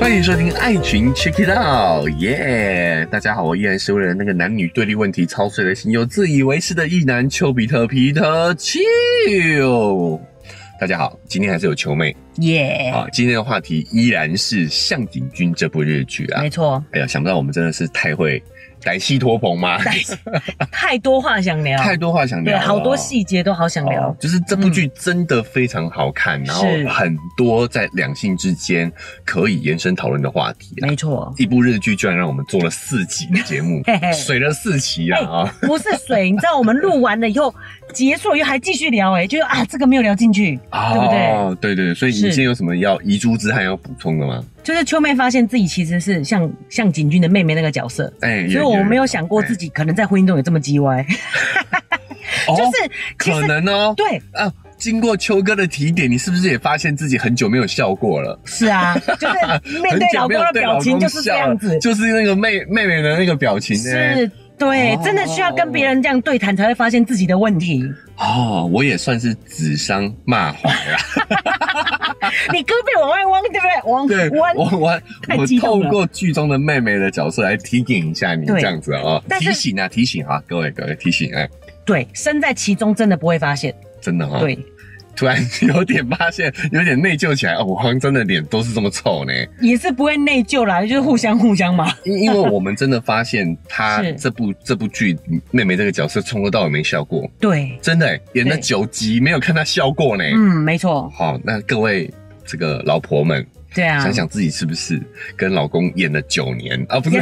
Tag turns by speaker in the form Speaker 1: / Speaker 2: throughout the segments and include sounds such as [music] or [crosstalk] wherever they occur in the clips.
Speaker 1: 欢迎收听《爱情 Check It Out》，耶！大家好，我依然是为了那个男女对立问题操碎了心又自以为是的异男丘比特皮特丘。大家好，今天还是有球妹
Speaker 2: 耶、
Speaker 1: 啊。今天的话题依然是《向井君》这部日剧啊
Speaker 2: 没。错，
Speaker 1: 哎呀，想不到我们真的是太会歹戏拖棚嘛，
Speaker 2: 但是 [laughs] 太多话想聊，
Speaker 1: 太多话想聊
Speaker 2: 啊对，
Speaker 1: 了哦，
Speaker 2: 好多细节都好想聊。嗯
Speaker 1: 哦，就是这部剧真的非常好看，然后
Speaker 2: 是
Speaker 1: 很多在两性之间可以延伸讨论的话题啊。
Speaker 2: 没错，
Speaker 1: 一部日剧居然让我们做了四集的节目
Speaker 2: 嘿嘿，
Speaker 1: 水了四集啊！啊，
Speaker 2: 不是水，你知道我们录完了以后结束了以后还继续聊、哎，就是啊，这个没有聊进去，对不对？
Speaker 1: 哦，对对对，所以你
Speaker 2: 是
Speaker 1: 现在有什么要遗珠之憾要补充的吗？
Speaker 2: 就是秋妹发现自己其实是像像景君的妹妹那个角色，
Speaker 1: 哎，
Speaker 2: 所以我没有想过自
Speaker 1: 己，
Speaker 2: 己可能在婚姻中有这么叽歪，
Speaker 1: 哦
Speaker 2: 就是其
Speaker 1: 可
Speaker 2: 实
Speaker 1: 能哦，
Speaker 2: 对，
Speaker 1: 啊，经过秋哥的提点，你是不是也发现自己很久没有笑过了？
Speaker 2: 是 [laughs] 啊，就是面
Speaker 1: 很
Speaker 2: 对
Speaker 1: 久
Speaker 2: 老
Speaker 1: 没
Speaker 2: 公
Speaker 1: 有
Speaker 2: 的
Speaker 1: 对
Speaker 2: 表
Speaker 1: 老
Speaker 2: 情
Speaker 1: 公
Speaker 2: 就是这
Speaker 1: 笑
Speaker 2: 样
Speaker 1: 了
Speaker 2: 子，
Speaker 1: 就是那个妹妹妹的那个表情呢。
Speaker 2: 是。对
Speaker 1: 哦，
Speaker 2: 真的需要跟别人这样对谈，才会发现自己的问题。
Speaker 1: 哦，我也算是指桑骂槐啦。
Speaker 2: [laughs] 你胳膊往外弯，对不对？往
Speaker 1: 对，
Speaker 2: 弯
Speaker 1: 我我
Speaker 2: 太
Speaker 1: 我
Speaker 2: 激
Speaker 1: 透
Speaker 2: 动了
Speaker 1: 过剧中的妹妹的角色来提点一下你
Speaker 2: 对
Speaker 1: 这样子哦，
Speaker 2: 但
Speaker 1: 提
Speaker 2: 是
Speaker 1: 醒啊提醒啊，各位各位提醒哎，
Speaker 2: 对，身在其中真的不会发现。
Speaker 1: 真的哈、哦，
Speaker 2: 对，
Speaker 1: 突然有点发现， [laughs] 有点内疚起来哦，我好像真的脸都是这么臭呢，
Speaker 2: 也是不会内疚啦，就是互相互相嘛。
Speaker 1: 因因为我们真的发现她
Speaker 2: [laughs] 是
Speaker 1: 这部这部剧妹妹这个角色从头到尾没笑过，
Speaker 2: 对，
Speaker 1: 真的哎演了
Speaker 2: 对
Speaker 1: 九集没有看她笑过呢。
Speaker 2: 嗯，没错，
Speaker 1: 好、那各位这个老婆们，
Speaker 2: 对啊。
Speaker 1: 想想自己是不是跟老公演了九年
Speaker 2: [laughs]
Speaker 1: 啊？不是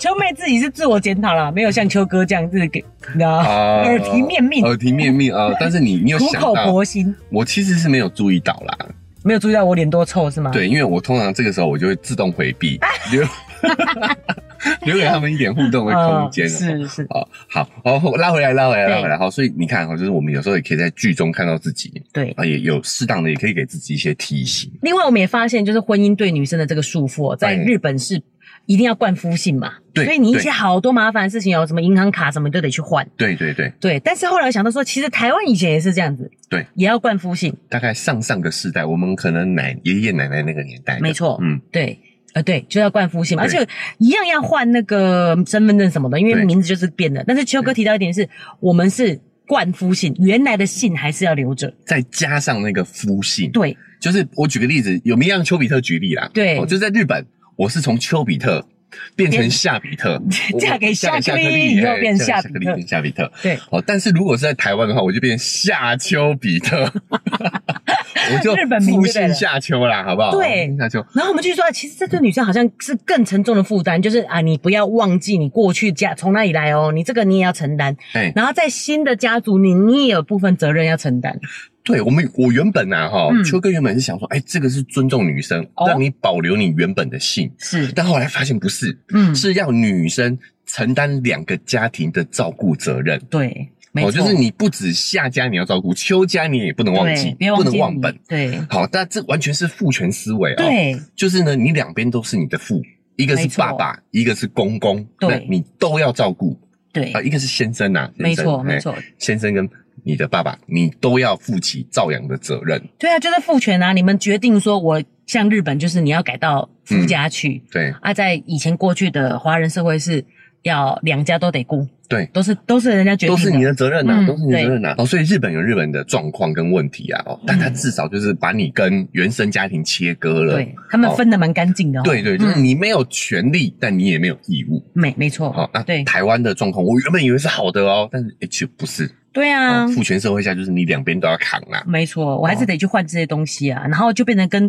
Speaker 2: 秋妹自己是自我检讨啦，没有像秋哥这样子给，你知道吗
Speaker 1: 啊
Speaker 2: 耳提面命
Speaker 1: 耳提面命啊！但是你你有
Speaker 2: 苦
Speaker 1: 想
Speaker 2: 口
Speaker 1: 到，
Speaker 2: 婆心，
Speaker 1: 我其实是没有注意到啦。
Speaker 2: 没有注意到我脸多臭是吗？，
Speaker 1: 对，因为我通常这个时候我就会自动回避，
Speaker 2: [laughs]
Speaker 1: 留 [laughs] 留给他们一点互动的空间、哦。
Speaker 2: 啊是是，
Speaker 1: 哦，好，哦，拉回来，拉回来，
Speaker 2: 对
Speaker 1: 拉回来。好，所以你看，哦，就是我们有时候也可以在剧中看到自己，
Speaker 2: 对。
Speaker 1: 啊，也有适当的，也可以给自己一些提醒。
Speaker 2: 另外，我们也发现，就是婚姻对女生的这个束缚、哦，在
Speaker 1: 对
Speaker 2: 日本是一定要冠夫姓嘛，
Speaker 1: 嗯对
Speaker 2: 所以你一
Speaker 1: 对
Speaker 2: 些好多麻烦的事情哦，什么银行卡什么你都得去换，
Speaker 1: 对对对，
Speaker 2: 对。但是后来想到说，其实台湾以前也是这样子，
Speaker 1: 对，
Speaker 2: 也要冠夫姓，
Speaker 1: 大概上上个世代，我们可能奶爷爷奶奶那个年代的，
Speaker 2: 没错
Speaker 1: 嗯，
Speaker 2: 对，呃，对，就要冠夫姓嘛，而
Speaker 1: 对
Speaker 2: 且一样要换那个身份证什么的，因为
Speaker 1: 对
Speaker 2: 名字就是变的。但是秋哥提到一点是，我们是冠夫姓，原来的姓还是要留着。
Speaker 1: 再加上那个夫姓，
Speaker 2: 对，
Speaker 1: 就是我举个例子，有没有让丘比特举例啦？
Speaker 2: 对
Speaker 1: 哦、就是在日本，我是从丘比特变成
Speaker 2: 变，
Speaker 1: 夏比特我
Speaker 2: [laughs] 嫁给夏克力以后
Speaker 1: 哎
Speaker 2: 变
Speaker 1: 嫁
Speaker 2: 夏
Speaker 1: 给
Speaker 2: 比
Speaker 1: 克力
Speaker 2: 特
Speaker 1: 变夏比特。
Speaker 2: 对，
Speaker 1: 哦，但是如果是在台湾的话，我就变夏丘比特， [laughs] 我就
Speaker 2: 日本名
Speaker 1: 复
Speaker 2: 就对了
Speaker 1: 姓夏丘啦，好不好？
Speaker 2: 对
Speaker 1: 复姓夏丘。
Speaker 2: 然后我们就说，啊其实这对女生好像是更沉重的负担，就是啊，你不要忘记你过去家从哪里来哦，你这个你也要承担。
Speaker 1: 哎，
Speaker 2: 然后在新的家族，你你也有部分责任要承担。
Speaker 1: 对我们，我原本呐、啊、哈、
Speaker 2: 嗯
Speaker 1: 秋哥原本是想说，哎，这个是尊重女生，
Speaker 2: 哦
Speaker 1: 让你保留你原本的姓，
Speaker 2: 是，
Speaker 1: 但后来发现不是，
Speaker 2: 嗯，
Speaker 1: 是要女生承担两个家庭的照顾责任。
Speaker 2: 对，没
Speaker 1: 哦，
Speaker 2: 错，
Speaker 1: 就是你不止夏家你要照顾，秋家你也不能忘记
Speaker 2: 对，别忘记
Speaker 1: 不能忘本
Speaker 2: 你。对，
Speaker 1: 好，但这完全是父权思维啊、哦。
Speaker 2: 对，
Speaker 1: 就是呢，你两边都是你的父，一个是
Speaker 2: 没错
Speaker 1: 爸爸，一个是公公，
Speaker 2: 对
Speaker 1: 那你都要照顾
Speaker 2: 对
Speaker 1: 啊、，一个是先生呐、啊，
Speaker 2: 没
Speaker 1: 先生
Speaker 2: 错，没，错
Speaker 1: 哎，先生跟你的爸爸，你都要负起照养的责任。
Speaker 2: 对啊，就是父权啊，你们决定说我像日本，就是你要改到
Speaker 1: 嗯
Speaker 2: 夫家去、
Speaker 1: 对
Speaker 2: 啊，在以前过去的华人社会是要两家都得顾，
Speaker 1: 对，
Speaker 2: 都是都是人家决
Speaker 1: 都
Speaker 2: 定的，
Speaker 1: 是你的责任呐、
Speaker 2: 嗯
Speaker 1: 都是你的责任呐、哦，所以日本有日本的状况跟问题啊，哦，但
Speaker 2: 嗯
Speaker 1: 他至少就是把你跟原生家庭切割了。
Speaker 2: 对他们分的蛮干净的、哦，
Speaker 1: 哦对对，就是
Speaker 2: 嗯
Speaker 1: 你没有权利，但你也没有义务。
Speaker 2: 没没错，
Speaker 1: 好、哦那
Speaker 2: 对
Speaker 1: 台湾的状况，我原本以为是好的哦，但是诶其实不是。
Speaker 2: 对啊。
Speaker 1: 哦父权社会下，就是你两边都要扛啊啦、
Speaker 2: 没错，我还是得去换这些东西啊，然后就变成跟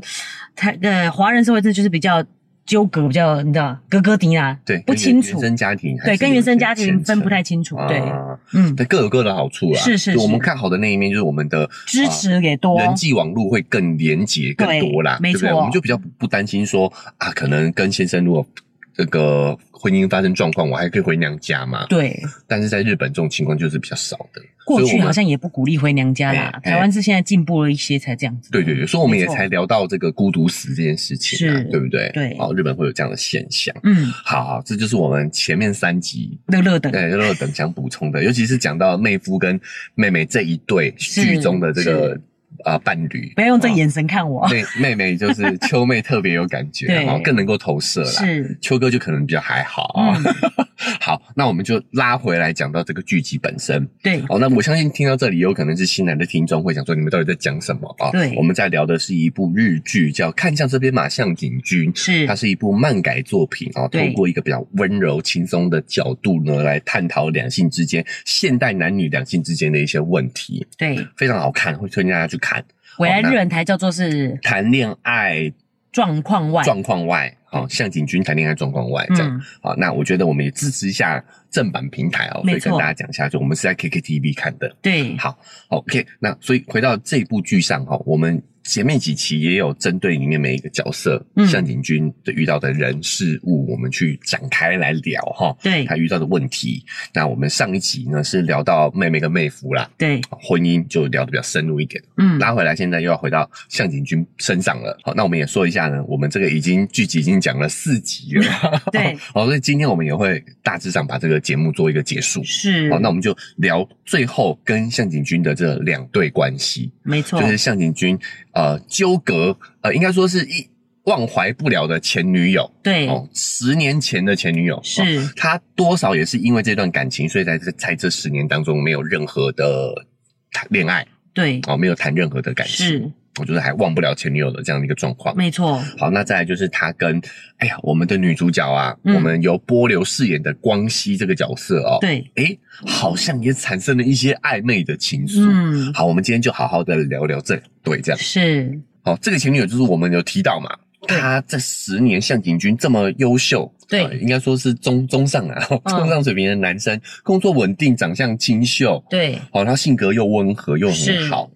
Speaker 2: 台呃华人社会这就是比较纠葛，比较你知道格格迪啦，
Speaker 1: 对，
Speaker 2: 不
Speaker 1: 跟
Speaker 2: 清
Speaker 1: 原
Speaker 2: 楚，
Speaker 1: 生家庭还
Speaker 2: 对，
Speaker 1: 是
Speaker 2: 跟
Speaker 1: 有
Speaker 2: 原生
Speaker 1: 些
Speaker 2: 家庭
Speaker 1: 牵
Speaker 2: 分不
Speaker 1: 扯
Speaker 2: 太清楚，对，
Speaker 1: 啊
Speaker 2: 嗯，
Speaker 1: 对，各有各的好处啦。
Speaker 2: 是是
Speaker 1: 就我
Speaker 2: 是
Speaker 1: 们看好的那一面，就是我们的
Speaker 2: 支
Speaker 1: 啊
Speaker 2: 持也多，
Speaker 1: 人际网络会更连结更多啦，
Speaker 2: 对
Speaker 1: 对不对？
Speaker 2: 没错
Speaker 1: 我们就比较不不担心说啊，可能跟先生如果这个婚姻发生状况，我还可以回娘家嘛。
Speaker 2: 对，
Speaker 1: 但是在日本这种情况就是比较少的，
Speaker 2: 过
Speaker 1: 所以我
Speaker 2: 去
Speaker 1: 们
Speaker 2: 好像也不鼓励回娘家啦，
Speaker 1: 哎哎
Speaker 2: 台湾是现在进步了一些才这样子。
Speaker 1: 对对对，所以我们也
Speaker 2: 嗯没错
Speaker 1: 才聊到这个孤独死这件事情啊
Speaker 2: 是，
Speaker 1: 对不对？
Speaker 2: 对
Speaker 1: 哦，日本会有这样的现象。
Speaker 2: 嗯，
Speaker 1: 好好，这就是我们前面三集。
Speaker 2: 乐乐的，
Speaker 1: 呃，乐乐等想补充的，尤其是讲到妹夫跟妹妹这一对
Speaker 2: 是
Speaker 1: 剧中的这个呃伴侣，
Speaker 2: 不要用这
Speaker 1: 啊
Speaker 2: 眼神看 [laughs] 我。
Speaker 1: 对，妹妹就是秋妹特别有感觉，
Speaker 2: [laughs] 对
Speaker 1: 然后更能够投射啦。
Speaker 2: 是，
Speaker 1: 秋哥就可能比较还好啊。
Speaker 2: 嗯，
Speaker 1: [laughs] 好，那我们就拉回来讲到这个剧集本身。 [laughs]
Speaker 2: 对，
Speaker 1: 哦，那我相信听到这里，有可能是新来的听众会想说，你们到底在讲什么啊？
Speaker 2: 对
Speaker 1: 我们在聊的是一部日剧，叫《看向这边马向井君》。
Speaker 2: 是
Speaker 1: 它，是一部漫改作品啊，
Speaker 2: 嗯对
Speaker 1: 通过一个比较温柔、轻松的角度呢，来探讨两性之间、现代男女两性之间的一些问题，
Speaker 2: 对。
Speaker 1: 非常好看，会推荐大家去看。
Speaker 2: 我来日本台叫做是
Speaker 1: 谈恋爱
Speaker 2: 状况外，
Speaker 1: 状况外，好、向井君谈恋爱状况外这样。
Speaker 2: 嗯，
Speaker 1: 好、那我觉得我们也支持一下正版平台哦，
Speaker 2: 没
Speaker 1: 所以跟
Speaker 2: 错
Speaker 1: 大家讲一下，就我们是在 KKTV 看的。
Speaker 2: 对，
Speaker 1: 好，OK，那所以回到这部剧上哈，我们前面几期也有针对里面每一个角色，
Speaker 2: 嗯
Speaker 1: 向井君的遇到的人事物，我们去展开来聊哈，
Speaker 2: 对
Speaker 1: 他，遇到的问题。那我们上一集呢是聊到妹妹跟妹夫啦，
Speaker 2: 对，
Speaker 1: 婚姻就聊得比较深入一点。
Speaker 2: 嗯，
Speaker 1: 拉回来，现在又要回到向井君身上了。好，那我们也说一下呢，我们这个已经剧集已经讲了四集
Speaker 2: [laughs]
Speaker 1: 了，
Speaker 2: 对，
Speaker 1: 好，所以今天我们也会大致上把这个节目做一个结束。
Speaker 2: 是，
Speaker 1: 哦好，那我们就聊最后跟向井君的这两对关系，
Speaker 2: 没错
Speaker 1: 就，是向井君呃纠葛呃，应该说是一忘怀不了的前女友
Speaker 2: 对，
Speaker 1: 哦，十年前的前女友哦
Speaker 2: 是，
Speaker 1: 他多少也是因为这段感情，所以在这在这十年当中没有任何的谈恋爱
Speaker 2: 对，
Speaker 1: 哦，没有谈任何的感情，
Speaker 2: 是，
Speaker 1: 我觉得还忘不了前女友的这样的一个状况。
Speaker 2: 没错，
Speaker 1: 好，那再来就是他跟哎呀我们的女主角啊，
Speaker 2: 嗯
Speaker 1: 我们由波流饰演的光熙这个角色哦，
Speaker 2: 对，
Speaker 1: 诶，好像也产生了一些暧昧的情愫。
Speaker 2: 嗯，
Speaker 1: 好，我们今天就好好的聊聊这对这样。
Speaker 2: 是，
Speaker 1: 好，这个前女友就是我们有提到嘛，
Speaker 2: 对
Speaker 1: 她这十年向井君这么优秀，
Speaker 2: 对
Speaker 1: 呃应该说是中中上啊， [laughs]
Speaker 2: 嗯
Speaker 1: 中上水平的男生，工作稳定，长相清秀，
Speaker 2: 对，
Speaker 1: 好，他性格又温和又很
Speaker 2: 是
Speaker 1: 好，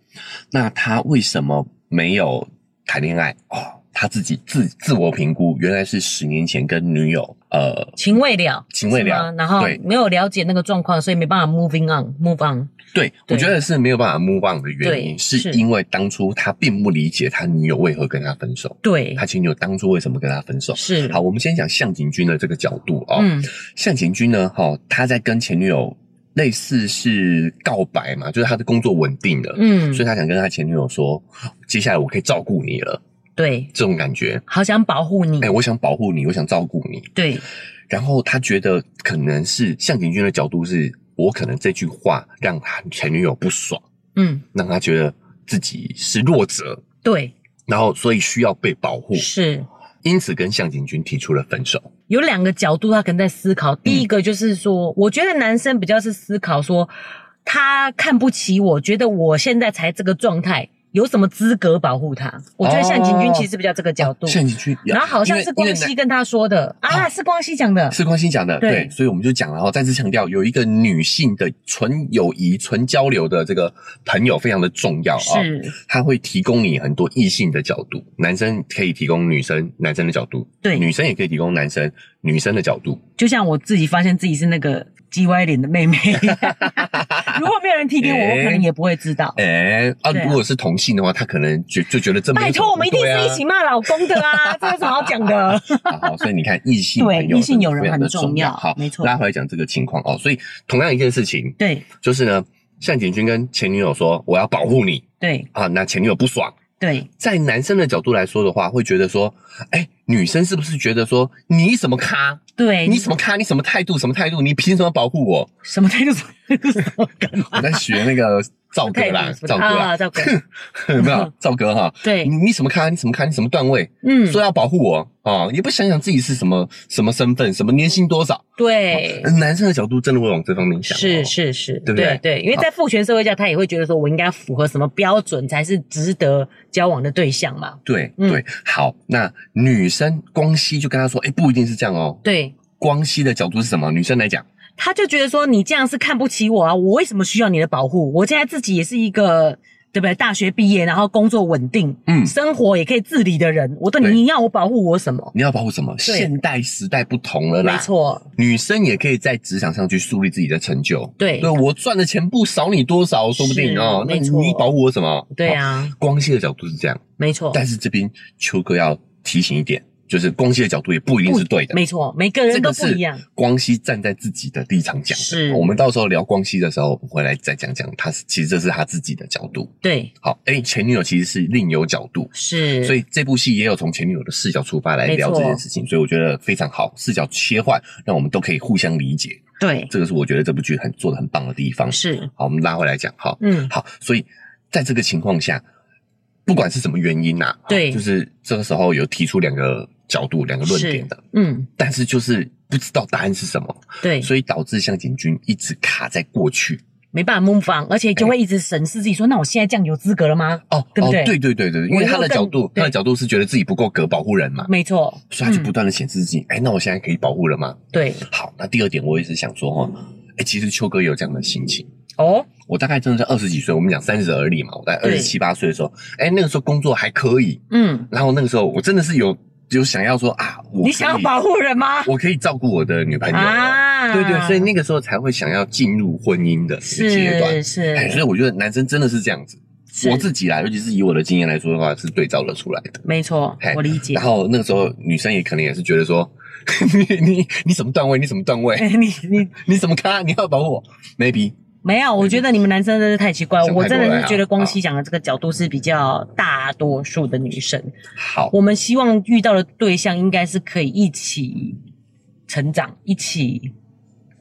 Speaker 1: 那他为什么没有谈恋爱？哦，他自己自自我评估，原来是十年前跟女友呃
Speaker 2: 情未了，
Speaker 1: 情未
Speaker 2: 是
Speaker 1: 了
Speaker 2: 吗，然后
Speaker 1: 对
Speaker 2: 没有了解那个状况，所以没办法 moving on，move on，
Speaker 1: 对，我
Speaker 2: 对
Speaker 1: 觉得是没有办法 move on 的原因，
Speaker 2: 对
Speaker 1: 是
Speaker 2: 是
Speaker 1: 因为当初他并不理解他女友为何跟他分手，
Speaker 2: 对
Speaker 1: 他，前女友当初为什么跟他分手。
Speaker 2: 是，
Speaker 1: 好，我们先讲向井君的这个角度哦。
Speaker 2: 嗯，
Speaker 1: 向井君呢，哈、他在跟前女友类似是告白嘛，就是他的工作稳定了，
Speaker 2: 嗯
Speaker 1: 所以，他想跟他前女友说，接下来我可以照顾你了，
Speaker 2: 对，
Speaker 1: 这种感觉。
Speaker 2: 好想保护你
Speaker 1: 哎、，我想保护你，我想照顾你。
Speaker 2: 对，
Speaker 1: 然后他觉得可能是向井君的角度是，我可能这句话让他前女友不爽。
Speaker 2: 嗯，
Speaker 1: 让他觉得自己是弱者，
Speaker 2: 对，
Speaker 1: 然后所以需要被保护，
Speaker 2: 是。
Speaker 1: 因此跟向井君提出了分手。
Speaker 2: 有两个角度，他可能在思考。第一个就是说，我觉得男生比较是思考说，他看不起我，觉得我现在才这个状态，有什么资格保护他？我觉得向井君其实比较这个角度。
Speaker 1: 向井君，
Speaker 2: 然后好像是
Speaker 1: 哦因为
Speaker 2: 光熙跟他说的啊，是光熙讲的
Speaker 1: 因为，是光熙讲的，
Speaker 2: 对
Speaker 1: 对，所以我们就讲了哈，再次强调，有一个女性的纯友谊、纯交流的这个朋友非常的重要啊，
Speaker 2: 是，
Speaker 1: 他会提供你很多异性的角度，男生可以提供女生男生的角度，
Speaker 2: 对。
Speaker 1: 女生也可以提供男生女生的角度，
Speaker 2: 就像我自己发现自己是那个 G Y 脸的
Speaker 1: [laughs]
Speaker 2: 妹妹，如果没有人提点我，我可能也不会知道。
Speaker 1: 哎、啊，
Speaker 2: 对啊
Speaker 1: 如果是同性的话，他可能就就觉得这没
Speaker 2: 拜
Speaker 1: 什么
Speaker 2: 托，我们一定
Speaker 1: 对啊
Speaker 2: 是一起骂老公的 [laughs] 啊，这有什么好讲的？
Speaker 1: [laughs] 好好，所以你看，异性
Speaker 2: 对
Speaker 1: 朋友
Speaker 2: 异性
Speaker 1: 真的
Speaker 2: 友人
Speaker 1: 非常
Speaker 2: 很
Speaker 1: 的
Speaker 2: 重
Speaker 1: 重
Speaker 2: 要
Speaker 1: 好，
Speaker 2: 没错
Speaker 1: 拉回来讲这个情况哦，所以同样一件事情，
Speaker 2: [laughs] 对
Speaker 1: 就是呢，向井君跟前女友说我要保护你
Speaker 2: 对
Speaker 1: 啊，那前女友不爽。
Speaker 2: 对，
Speaker 1: 在男生的角度来说的话，会觉得说，哎、女生是不是觉得说你什么咖，
Speaker 2: 对，
Speaker 1: 你什么咖，你什么态度，什么态度，你凭什么保护我？
Speaker 2: 什么态度？什么 [laughs] 干嘛
Speaker 1: 我在学那个赵哥啦，赵哥啦，
Speaker 2: 啊，赵哥，
Speaker 1: 有 [laughs] 没有？赵哥哈，
Speaker 2: 啊 [laughs] 对
Speaker 1: 你，你什么咖，你什么咖，你什么段位，
Speaker 2: 嗯，
Speaker 1: 说要保护我啊，也不想想自己是什么什么身份，什么年薪多少。
Speaker 2: 对，
Speaker 1: 哦男生的角度真的会往这方面想、哦，
Speaker 2: 是，是是，
Speaker 1: 对不对
Speaker 2: 对，因为在父权社会下，他也会觉得说我应该符合什么标准才是值得交往的对象嘛？
Speaker 1: 对
Speaker 2: 嗯
Speaker 1: 对。好，那女生光熙就跟他说，哎、不一定是这样哦。
Speaker 2: 对，
Speaker 1: 光熙的角度是什么？女生来讲，
Speaker 2: 他就觉得说你这样是看不起我啊，我为什么需要你的保护？我现在自己也是一个。对不对？大学毕业，然后工作稳定，
Speaker 1: 嗯
Speaker 2: 生活也可以自理的人，我的
Speaker 1: 对
Speaker 2: 你要我保护我什么？
Speaker 1: 你要保护什么？
Speaker 2: 对
Speaker 1: 现代时代不同了啦，
Speaker 2: 没。错，
Speaker 1: 女生也可以在职场上去树立自己的成就。
Speaker 2: 对
Speaker 1: 对我赚的钱不少你多少，说不定
Speaker 2: 是
Speaker 1: 哦。那
Speaker 2: 没错
Speaker 1: 你保护我什么？
Speaker 2: 对
Speaker 1: 哦，
Speaker 2: 啊，
Speaker 1: 光熙的角度是这样，
Speaker 2: 没错，
Speaker 1: 但是这边秋哥要提醒一点，就是光熙的角度也不一定是对的。
Speaker 2: 没错，每个人
Speaker 1: 这
Speaker 2: 都
Speaker 1: 个
Speaker 2: 不
Speaker 1: 是
Speaker 2: 一样。
Speaker 1: 光熙站在自己的立场讲的。
Speaker 2: 是
Speaker 1: 我们到时候聊光熙的时候，我们回来再讲讲他是其实这是他自己的角度。
Speaker 2: 对，
Speaker 1: 好，哎、前女友其实是另有角度，
Speaker 2: 是，
Speaker 1: 所以这部戏也有从前女友的视角出发来
Speaker 2: 没
Speaker 1: 聊
Speaker 2: 错
Speaker 1: 这件事情，所以我觉得非常好，视角切换，让我们都可以互相理解，
Speaker 2: 对，
Speaker 1: 这个是我觉得这部剧很做的很棒的地方。
Speaker 2: 是，
Speaker 1: 好，我们拉回来讲，好，
Speaker 2: 嗯，
Speaker 1: 好，所以在这个情况下，不管是什么原因呐、
Speaker 2: 对
Speaker 1: 就是这个时候有提出两个角度、两个论点的，
Speaker 2: 嗯，
Speaker 1: 但是就是不知道答案是什么，
Speaker 2: 对，
Speaker 1: 所以导致向井君一直卡在过去。
Speaker 2: 没办法 move on，而且就会一直审视自己，说那我现在这样有资格了吗？
Speaker 1: 哦
Speaker 2: 对不
Speaker 1: 哦，
Speaker 2: 对
Speaker 1: 对对对对，因
Speaker 2: 我
Speaker 1: 为
Speaker 2: 又
Speaker 1: 他的
Speaker 2: 更
Speaker 1: 角度，他的
Speaker 2: 对
Speaker 1: 角度是觉得自己不够格保护人嘛，
Speaker 2: 没错，
Speaker 1: 所以他就
Speaker 2: 嗯
Speaker 1: 不断的显示自己，哎、那我现在可以保护了吗？
Speaker 2: 对，
Speaker 1: 好，那第二点我也是想说哈，哎、其实秋哥也有这样的心情。
Speaker 2: 哦，
Speaker 1: 我大概真的在二十几岁，我们讲三十而立嘛，我在二
Speaker 2: 对
Speaker 1: 十七八岁的时候，哎、那个时候工作还可以，
Speaker 2: 嗯，
Speaker 1: 然后那个时候我真的是有有想要说啊，我可
Speaker 2: 你
Speaker 1: 以
Speaker 2: 想要保护人吗？
Speaker 1: 我可以照顾我的女朋友了，
Speaker 2: 啊
Speaker 1: 对对，所以那个时候才会想要进入婚姻的一个阶段
Speaker 2: 是。是，
Speaker 1: 哎，所以我觉得男生真的是这样子，
Speaker 2: 是
Speaker 1: 我自己啦，尤其是以我的经验来说的话，是对照得出来的。
Speaker 2: 没错
Speaker 1: 哎，
Speaker 2: 我理解
Speaker 1: 然。后那个时候女生也可能也是觉得说， [laughs] 你你你什么段位？你什么段位？
Speaker 2: 哎， [laughs] 你你
Speaker 1: [laughs] 你什么咖？你要保护我？Maybe
Speaker 2: 没有，我觉得你们男生真的是太奇怪了，
Speaker 1: 想太
Speaker 2: 我真
Speaker 1: 多
Speaker 2: 的
Speaker 1: 了哎
Speaker 2: 是
Speaker 1: 呀
Speaker 2: 觉得光熙讲的这个角度是比较大多数的女生，
Speaker 1: 好，
Speaker 2: 我们希望遇到的对象应该是可以一起成长，一起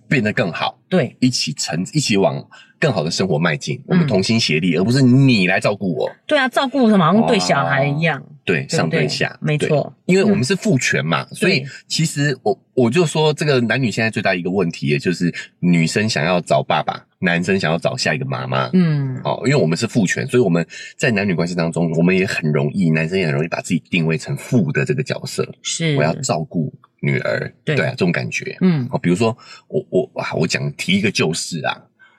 Speaker 1: 变得更好，
Speaker 2: 对
Speaker 1: 一起成，一起往更好的生活迈进。我
Speaker 2: 嗯
Speaker 1: 们同心协力，而不是你来照顾我。
Speaker 2: 对啊，照顾什么好像对小孩一样，
Speaker 1: 对，
Speaker 2: 对
Speaker 1: 上
Speaker 2: 不对
Speaker 1: 对下，
Speaker 2: 没
Speaker 1: 对
Speaker 2: 错，嗯
Speaker 1: 因为我们是父权嘛，所以其实我我就说，这个男女现在最大一个问题，也就是女生想要找爸爸，男生想要找下一个妈妈。
Speaker 2: 嗯，
Speaker 1: 哦，因为我们是父权，所以我们在男女关系当中，我们也很容易，男生也很容易把自己定位成父的这个角色，
Speaker 2: 是，
Speaker 1: 我要照顾女儿，
Speaker 2: 嗯对
Speaker 1: 啊，这种感觉。
Speaker 2: 嗯，
Speaker 1: 哦，比如说我我啊，我讲提一个旧事啊，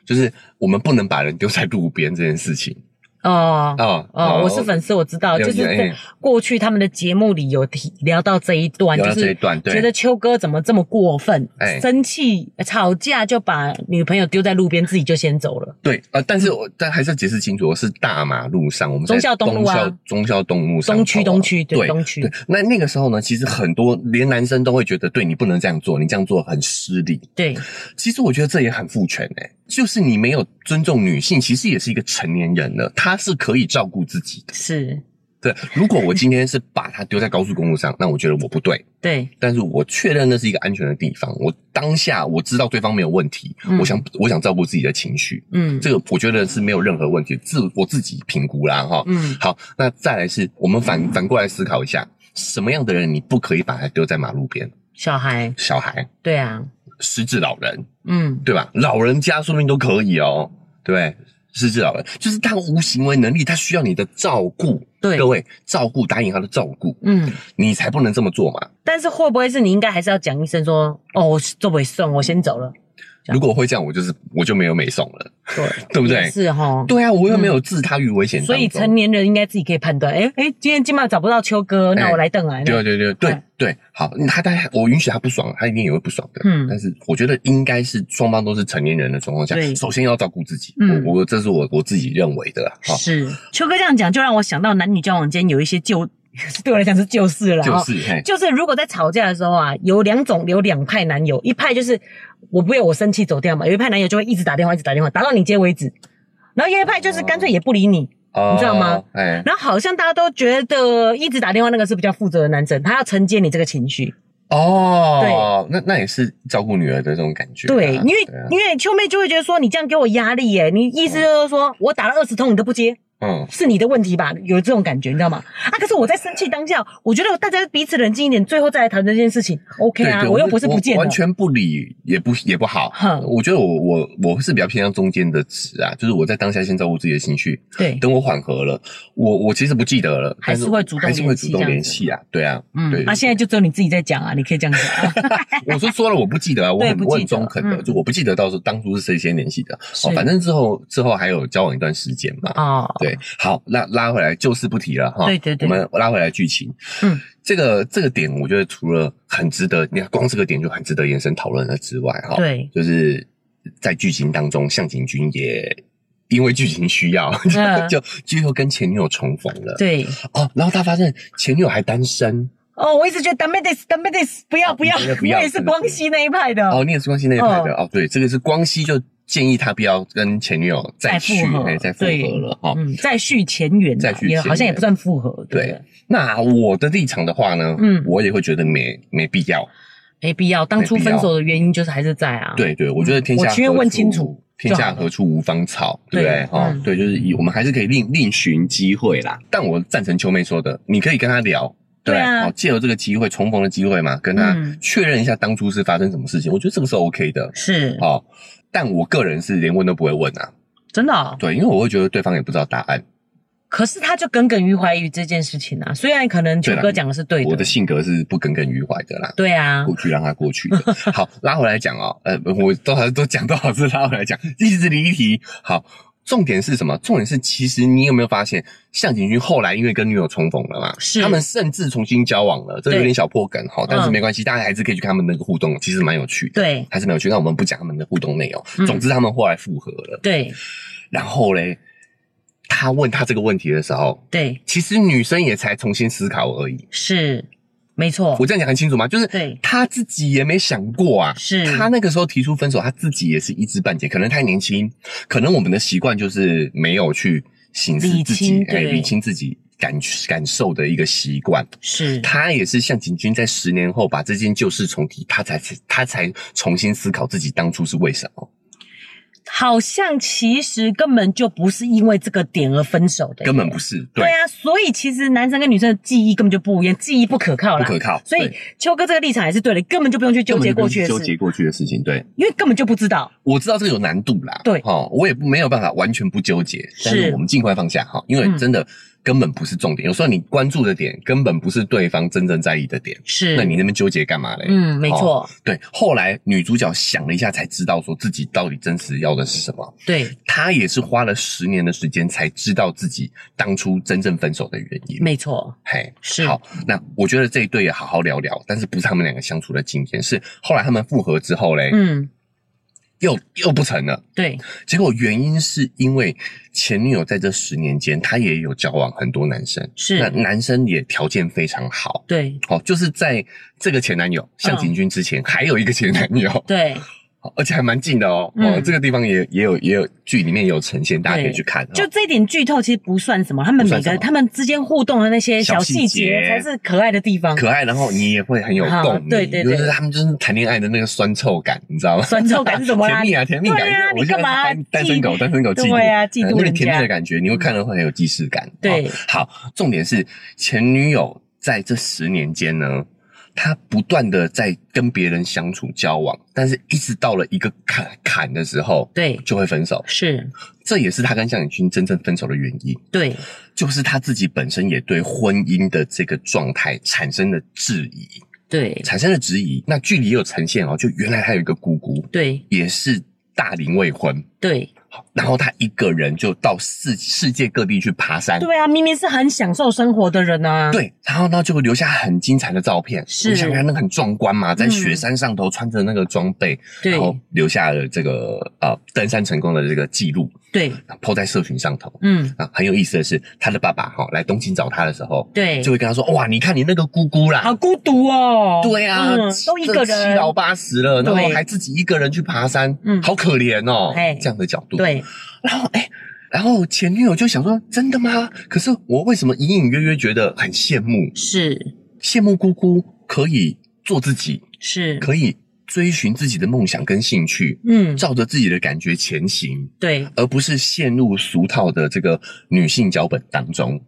Speaker 1: 就是我们不能把人丢在路边这件事情
Speaker 2: 哦。
Speaker 1: 啊。
Speaker 2: 哦，我是粉丝，我知道，
Speaker 1: 有
Speaker 2: 就是
Speaker 1: 有
Speaker 2: 在
Speaker 1: 哎
Speaker 2: 过去他们的节目里有提聊到这一段，
Speaker 1: 聊
Speaker 2: 就
Speaker 1: 到这一
Speaker 2: 是
Speaker 1: 段，对，
Speaker 2: 觉得秋哥怎么这么过分，
Speaker 1: 哎
Speaker 2: 生气吵架就把女朋友丢在路边，自己就先走了。
Speaker 1: 对啊、呃但是我但还是要解释清楚，是大马路上，我们在
Speaker 2: 忠孝东路啊
Speaker 1: 忠孝忠孝东路上
Speaker 2: 东区，
Speaker 1: 头啊
Speaker 2: 东区，对，
Speaker 1: 对
Speaker 2: 东区
Speaker 1: 对，那那个时候呢，其实很多连男生都会觉得，对你不能这样做，你这样做很失礼。
Speaker 2: 对，
Speaker 1: 其实我觉得这也很父权诶、就是你没有尊重女性，其实也是一个成年人了，她是可以照顾自己的。
Speaker 2: 是，
Speaker 1: 对，如果我今天是把她丢在高速公路上，那我觉得我不对，
Speaker 2: 对，
Speaker 1: 但是我确认那是一个安全的地方。我当下我知道对方没有问题，
Speaker 2: 嗯
Speaker 1: 我想我想照顾自己的情绪，
Speaker 2: 嗯，
Speaker 1: 这个我觉得是没有任何问题，自我自己评估啦哈。
Speaker 2: 嗯，
Speaker 1: 好，那再来是我们反反过来思考一下，什么样的人你不可以把他丢在马路边？
Speaker 2: 小孩，
Speaker 1: 小孩、
Speaker 2: 对啊，
Speaker 1: 失智老人，
Speaker 2: 嗯，
Speaker 1: 对吧？老人家说不定都可以哦，对不对？失智老人就是他无行为能力，他需要你的照顾。
Speaker 2: 对
Speaker 1: 各位照顾打引号的照顾，
Speaker 2: 嗯，
Speaker 1: 你才不能这么做嘛。
Speaker 2: 但是会不会是你应该还是要讲一声说，哦，我做不送，我先走了，这样
Speaker 1: 如果会这样，我就是我就没有美颂了，
Speaker 2: 对，
Speaker 1: 对不对
Speaker 2: 也？是哈，
Speaker 1: 对啊，我又没有置他于危险当
Speaker 2: 所
Speaker 1: 中。
Speaker 2: 以成年人应该自己可以判断，哎哎，今天今晚找不到秋哥，那
Speaker 1: 哎
Speaker 2: 我来邓来
Speaker 1: 对
Speaker 2: 了，
Speaker 1: 对对对
Speaker 2: 哎
Speaker 1: 对，好，嗯他他我允许他不爽，他一定也会不爽的。
Speaker 2: 嗯
Speaker 1: 但是我觉得应该是双方都是成年人的状况下
Speaker 2: 对，
Speaker 1: 首先要照顾自己。
Speaker 2: 嗯
Speaker 1: 我我这是我我自己认为的啦。好，
Speaker 2: 是秋哥这样讲，就让我想到男女交往间有一些旧， [laughs] 对我来讲是旧事了，
Speaker 1: 就
Speaker 2: 哦
Speaker 1: 是嘿，
Speaker 2: 就是如果在吵架的时候啊，有两种有两派男友，一派就是我不要我生气走掉嘛，有一派男友就会一直打电话，一直打电话，打到你接为止。然后有一派就是干脆也不理你，
Speaker 1: 你
Speaker 2: 哦你知道吗？
Speaker 1: 哎，
Speaker 2: 然后好像大家都觉得一直打电话那个是比较负责的男生，他要承接你这个情绪。
Speaker 1: 哦，那那也是照顾女儿的这种感觉啊。
Speaker 2: 对，因为、
Speaker 1: 啊
Speaker 2: 因为秋妹就会觉得说你这样给我压力耶，你意思就是说、我打了二十通你都不接，
Speaker 1: 嗯，
Speaker 2: 是你的问题吧？有这种感觉，你知道吗？啊，可是我在生气当下，我觉得大家彼此冷静一点，最后再来谈这件事情，OK
Speaker 1: 对
Speaker 2: 啊？
Speaker 1: 对
Speaker 2: 我又不是不见
Speaker 1: 我
Speaker 2: 的，
Speaker 1: 完全不理也不也不好
Speaker 2: 哼。
Speaker 1: 我觉得我我我是比较偏向中间的值啊，就是我在当下先照顾自己的情绪，
Speaker 2: 对，
Speaker 1: 等我缓和了，我我其实不记得了，
Speaker 2: 还是
Speaker 1: 但
Speaker 2: 会主动
Speaker 1: 还是会
Speaker 2: 联系
Speaker 1: 主动
Speaker 2: 这样
Speaker 1: 联
Speaker 2: 子
Speaker 1: 系啊，对
Speaker 2: [laughs]
Speaker 1: 啊，对
Speaker 2: 嗯，
Speaker 1: 对
Speaker 2: 那、现在就只有你自己在讲啊，你可以这样讲、啊。
Speaker 1: 我是说了我不记得啊，我
Speaker 2: 对
Speaker 1: 很
Speaker 2: 不记得
Speaker 1: 我很中肯的，
Speaker 2: 嗯
Speaker 1: 就我不记得到时候当初是谁先联系的，
Speaker 2: 是
Speaker 1: 哦，反正之后之后还有交往一段时间嘛， [laughs]
Speaker 2: 哦，
Speaker 1: 对，好，那拉回来旧事不提了哈，
Speaker 2: 对对对
Speaker 1: 我们拉回来剧情，
Speaker 2: 嗯，
Speaker 1: 这个这个点我觉得除了很值得，你看光这个点就很值得延伸讨论了之外，哈，，
Speaker 2: 对，
Speaker 1: 就是在剧情当中，向井君也因为剧情需要，[laughs]
Speaker 2: 嗯
Speaker 1: 就就又跟前女友重逢了，
Speaker 2: 对，
Speaker 1: 哦，然后他发现前女友还单身，
Speaker 2: 哦，我一直觉得 d a m e d i s d a m e d i s 不要不要
Speaker 1: 不要不，要
Speaker 2: 我也是光熙那一派的。
Speaker 1: 哦，你也是光熙那一派的哦对，这个是光熙就建议他不要跟前女友再续
Speaker 2: 复，合
Speaker 1: 哎，再复合了哈。
Speaker 2: 嗯，再续前缘啊，
Speaker 1: 再续
Speaker 2: 也好像
Speaker 1: 前
Speaker 2: 也
Speaker 1: 缘
Speaker 2: 不算复合，对
Speaker 1: 对
Speaker 2: 不对，
Speaker 1: 那我的立场的话呢，
Speaker 2: 嗯
Speaker 1: 我也会觉得没没必要。
Speaker 2: 没必要。当初
Speaker 1: 没必要
Speaker 2: 分手的原因就是还是在啊，，
Speaker 1: 对对，我觉得天
Speaker 2: 我
Speaker 1: 下
Speaker 2: 情愿
Speaker 1: 何
Speaker 2: 问
Speaker 1: 处
Speaker 2: 清楚
Speaker 1: 天
Speaker 2: 就
Speaker 1: 下
Speaker 2: 好了
Speaker 1: 何处无芳草，对不对？
Speaker 2: 对
Speaker 1: 哈
Speaker 2: 嗯，
Speaker 1: 对，就是以我们还是可以另另寻机会啦。但我赞成秋妹说的，你可以跟他聊。对
Speaker 2: 对啊
Speaker 1: 好，借由这个机会重逢的机会嘛，跟他
Speaker 2: 嗯
Speaker 1: 确认一下当初是发生什么事情，我觉得这个是 OK 的。
Speaker 2: 是
Speaker 1: 好，哦但我个人是连问都不会问啊，
Speaker 2: 真的哦。
Speaker 1: 对，因为我会觉得对方也不知道答案。
Speaker 2: 可是他就耿耿于怀于这件事情啊，虽然可能
Speaker 1: 对
Speaker 2: 九
Speaker 1: 啦
Speaker 2: 哥讲的是对
Speaker 1: 我的
Speaker 2: 的，
Speaker 1: 性格是不耿耿于怀的啦，
Speaker 2: 对啊，
Speaker 1: 过去让它过去的。好，拉回来讲哦，呃，我都好都讲都好是拉回来讲，一直离题。好，重点是什么？重点是其实你有没有发现，向井君后来因为跟女友重逢了嘛，
Speaker 2: 是
Speaker 1: 他们甚至重新交往了，这个有
Speaker 2: 对
Speaker 1: 点小破梗哈，但是
Speaker 2: 嗯
Speaker 1: 没关系，大家还是可以去看他们那个互动，其实蛮有趣的。
Speaker 2: 对
Speaker 1: 还是蛮有趣，那我们不讲他们的互动内容。
Speaker 2: 嗯
Speaker 1: 总之，他们后来复合了。
Speaker 2: 对
Speaker 1: 然后嘞，他问他这个问题的时候，
Speaker 2: 对，
Speaker 1: 其实女生也才重新思考而已。
Speaker 2: 是没错
Speaker 1: 我，这样讲很清楚吗？就是
Speaker 2: 对
Speaker 1: 他自己也没想过啊。
Speaker 2: 是
Speaker 1: 他那个时候提出分手，他自己也是一知半解，可能太年轻，可能我们的习惯就是没有去行思
Speaker 2: 理
Speaker 1: 自己
Speaker 2: 清，
Speaker 1: 哎，
Speaker 2: 对
Speaker 1: 理清自己感感受的一个习惯。
Speaker 2: 是
Speaker 1: 他也是像景君在十年后把这件旧事重提，他才他才重新思考自己当初是为什么，
Speaker 2: 好像其实根本就不是因为这个点而分手的耶，
Speaker 1: 根本不是
Speaker 2: 对
Speaker 1: 对，
Speaker 2: 啊，所以其实男生跟女生的记忆根本就不一样，记忆不可靠
Speaker 1: 不
Speaker 2: 啦。
Speaker 1: 可靠，
Speaker 2: 所以
Speaker 1: 对
Speaker 2: 秋哥这个立场也是对的，根本就不用去纠
Speaker 1: 根本就
Speaker 2: 结
Speaker 1: 不
Speaker 2: 过
Speaker 1: 用
Speaker 2: 去
Speaker 1: 去
Speaker 2: 的
Speaker 1: 纠
Speaker 2: 事
Speaker 1: 结，过去的事情，对。
Speaker 2: 因为根本就不知道。
Speaker 1: 我知道这个有难度啦，
Speaker 2: 对
Speaker 1: 哦，我也不没有办法完全不纠结，但是我们尽快放下哈，因
Speaker 2: 嗯
Speaker 1: 为真的根本不是重点，有时候你关注的点根本不是对方真正在意的点，
Speaker 2: 是
Speaker 1: 那你那边纠结干嘛嘞？
Speaker 2: 嗯，没错，
Speaker 1: 对，后来女主角想了一下，才知道说自己到底真实要的是什么。
Speaker 2: 对，
Speaker 1: 她也是花了十年的时间才知道自己当初真正分手的原因。
Speaker 2: 没错，
Speaker 1: 嘿，
Speaker 2: 是
Speaker 1: 好，那我觉得这一对也好好聊聊，但是不是他们两个相处的经验，是后来他们复合之后嘞，
Speaker 2: 嗯，
Speaker 1: 又又不成了。
Speaker 2: 对，
Speaker 1: 结果原因是因为前女友在这十年间，她也有交往很多男生，那
Speaker 2: 是，
Speaker 1: 男生也条件非常好。
Speaker 2: 对，
Speaker 1: 哦，就是在这个前男友
Speaker 2: 嗯
Speaker 1: 向井君之前，还有一个前男友，
Speaker 2: 对，
Speaker 1: 哦而且还蛮近的哦。哦，
Speaker 2: 嗯
Speaker 1: 这个地方也也有也有剧里面也有呈现，大家可以去看。哦
Speaker 2: 就这一点剧透其实不算什么，他们
Speaker 1: 不算
Speaker 2: 每个
Speaker 1: 什么
Speaker 2: 他们之间互动的那些
Speaker 1: 小
Speaker 2: 小
Speaker 1: 细
Speaker 2: 细
Speaker 1: 节
Speaker 2: 节才是可爱的地方，
Speaker 1: 可爱，然后你也会很有
Speaker 2: 好
Speaker 1: 共鸣，
Speaker 2: 对对对
Speaker 1: 就是他们就是谈恋爱的那个酸臭感，你知道吗？
Speaker 2: 酸臭感是什么
Speaker 1: 甜
Speaker 2: 啦
Speaker 1: 蜜啊，甜蜜感，
Speaker 2: 对啊
Speaker 1: 因为我
Speaker 2: 你
Speaker 1: 现在
Speaker 2: 干嘛
Speaker 1: 单单身狗，
Speaker 2: 嫉
Speaker 1: 单身狗嫉妒，
Speaker 2: 对啊嫉妒
Speaker 1: 呃那个
Speaker 2: 人家嗯
Speaker 1: 甜蜜的感觉，你会看了会很有既视感。
Speaker 2: 对
Speaker 1: 哦好，重点是前女友在这十年间呢，她不断的在跟别人相处交往，但是一直到了一个坎坎的时候，
Speaker 2: 对，
Speaker 1: 就会分手。
Speaker 2: 是，
Speaker 1: 这也是她跟向井君真正分手的原因，
Speaker 2: 对，
Speaker 1: 就是她自己本身也对婚姻的这个状态产生了质疑，
Speaker 2: 对，
Speaker 1: 产生了质疑。那剧里也有呈现哦，就原来她有一个姑姑，
Speaker 2: 对，
Speaker 1: 也是大龄未婚。
Speaker 2: 对，
Speaker 1: 然后他一个人就到世世界各地去爬山。
Speaker 2: 对啊，明明是很享受生活的人啊，
Speaker 1: 对然后呢就留下很精彩的照片，
Speaker 2: 是
Speaker 1: 你想想那个很壮观嘛，在
Speaker 2: 嗯
Speaker 1: 雪山上头穿着那个装备，然后
Speaker 2: 对，
Speaker 1: 留下了这个呃登山成功的这个记录，
Speaker 2: 对，
Speaker 1: 抛在社群上头。
Speaker 2: 嗯，
Speaker 1: 啊，很有意思的是，他的爸爸哈、来东京找他的时候，
Speaker 2: 对
Speaker 1: 就，会跟他说：“哇，你看你那个姑姑啦，
Speaker 2: 好孤独哦，
Speaker 1: 对啊，
Speaker 2: 嗯都一个
Speaker 1: 这七
Speaker 2: 人，
Speaker 1: 老八十了，然后
Speaker 2: 对
Speaker 1: 还自己一个人去爬山，
Speaker 2: 嗯
Speaker 1: 好可怜哦
Speaker 2: 嘿。”
Speaker 1: 这样的角度，
Speaker 2: 对，
Speaker 1: 然后哎、然后前女友就想说：“真的吗？可是我为什么隐隐约约觉得很羡慕，
Speaker 2: 是
Speaker 1: 羡慕姑姑可以做自己，
Speaker 2: 是，
Speaker 1: 可以追寻自己的梦想跟兴趣，
Speaker 2: 嗯，
Speaker 1: 照着自己的感觉前行，
Speaker 2: 对
Speaker 1: 而不是陷入俗套的这个女性脚本当中。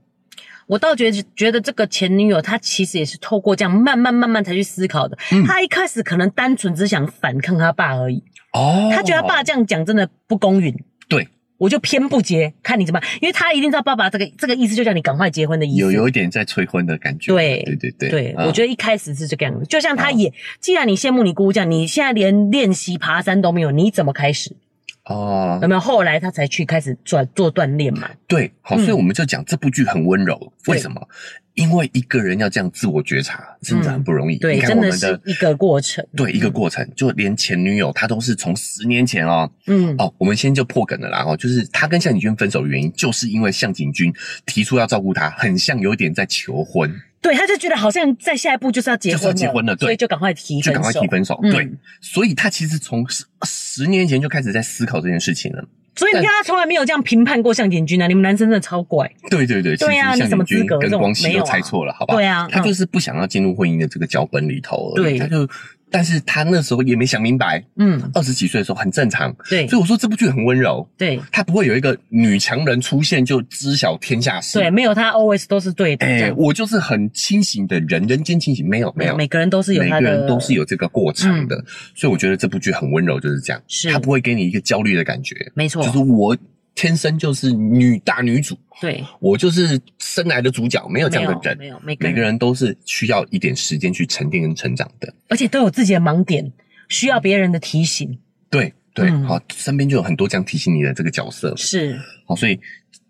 Speaker 2: 我倒觉得觉得这个前女友她其实也是透过这样慢慢慢慢才去思考的。
Speaker 1: 嗯
Speaker 2: 她一开始可能单纯只想反抗她爸而已，”
Speaker 1: 哦
Speaker 2: 她觉得她爸这样讲真的不公允。
Speaker 1: 对。
Speaker 2: 我就偏不结，看你怎么办，因为她一定知道爸爸这个这个意思，就叫你赶快结婚的意思。
Speaker 1: 有有一点在催婚的感觉。
Speaker 2: 对
Speaker 1: 对对对，
Speaker 2: 对，
Speaker 1: 啊
Speaker 2: 我觉得一开始是这个样子，就像
Speaker 1: 嗯
Speaker 2: 她也，既然你羡慕你姑姑这样，你现在连练习爬山都没有，你怎么开始？
Speaker 1: 哦
Speaker 2: 有，没有？后来她才去开始做做锻炼嘛。
Speaker 1: 对，好，
Speaker 2: 嗯
Speaker 1: 所以我们就讲这部剧很温柔，
Speaker 2: 对
Speaker 1: 为什么？因为一个人要这样自我觉察，真的很不容易。
Speaker 2: 嗯对，
Speaker 1: 你看
Speaker 2: 真
Speaker 1: 我
Speaker 2: 的
Speaker 1: 们
Speaker 2: 是
Speaker 1: 的。
Speaker 2: 一个过程。
Speaker 1: 对一个过程，就连前女友她都是从十年前哦
Speaker 2: 嗯，
Speaker 1: 哦，我们先就破梗了啦哦，就是她跟向井君分手的原因，就是因为向井君提出要照顾她，很像有点在求婚，
Speaker 2: 对，他就觉得好像在下一步就是要结
Speaker 1: 就是
Speaker 2: 婚
Speaker 1: 要
Speaker 2: 了，
Speaker 1: 结婚了对
Speaker 2: 所以就赶快提
Speaker 1: 就
Speaker 2: 分
Speaker 1: 赶快
Speaker 2: 手
Speaker 1: 提。分手。
Speaker 2: 嗯
Speaker 1: 对，所以他其实从十十年前就开始在思考这件事情了。
Speaker 2: 所以你看，他从来没有这样评判过向井君啊！你们男生真的超怪，
Speaker 1: 对对对，
Speaker 2: 对啊
Speaker 1: 其
Speaker 2: 你
Speaker 1: 实
Speaker 2: 什
Speaker 1: 向
Speaker 2: 么资
Speaker 1: 君
Speaker 2: 格
Speaker 1: 跟
Speaker 2: 这种
Speaker 1: 光熙
Speaker 2: 没有
Speaker 1: 都
Speaker 2: 啊
Speaker 1: 猜错了，好不好？
Speaker 2: 对啊，
Speaker 1: 他
Speaker 2: 嗯
Speaker 1: 就是不想要进入婚姻的这个脚本里头而已，
Speaker 2: 对
Speaker 1: 他就，但是他那时候也没想明白，
Speaker 2: 嗯，
Speaker 1: 二十几岁的时候很正常，
Speaker 2: 对
Speaker 1: 所以我说这部剧很温柔，
Speaker 2: 对
Speaker 1: 他不会有一个女强人出现就知晓天下事。
Speaker 2: 对，，没有他 always 都是对的，
Speaker 1: 哎、
Speaker 2: 这样
Speaker 1: 我就是很清醒的人，人间清醒，没有没有，
Speaker 2: 每个人都是有
Speaker 1: 每
Speaker 2: 他
Speaker 1: 个
Speaker 2: 的，嗯
Speaker 1: 人都是有这个过程的，所以我觉得这部剧很温柔，就是这样，
Speaker 2: 是
Speaker 1: 它不会给你一个焦虑的感觉，
Speaker 2: 没错
Speaker 1: 就，是我天生就是女大女主，
Speaker 2: 对，
Speaker 1: 我就是生来的主角，没有这
Speaker 2: 没
Speaker 1: 样
Speaker 2: 有
Speaker 1: 的人
Speaker 2: 没。有每个
Speaker 1: 每个
Speaker 2: 人，
Speaker 1: 人都是需要一点时间去沉淀跟成长的，
Speaker 2: 而且都有自己的盲点，需要别人的提醒，
Speaker 1: 对对，
Speaker 2: 嗯
Speaker 1: 好、身边就有很多这样提醒你的这个角色，
Speaker 2: 是
Speaker 1: 好，所以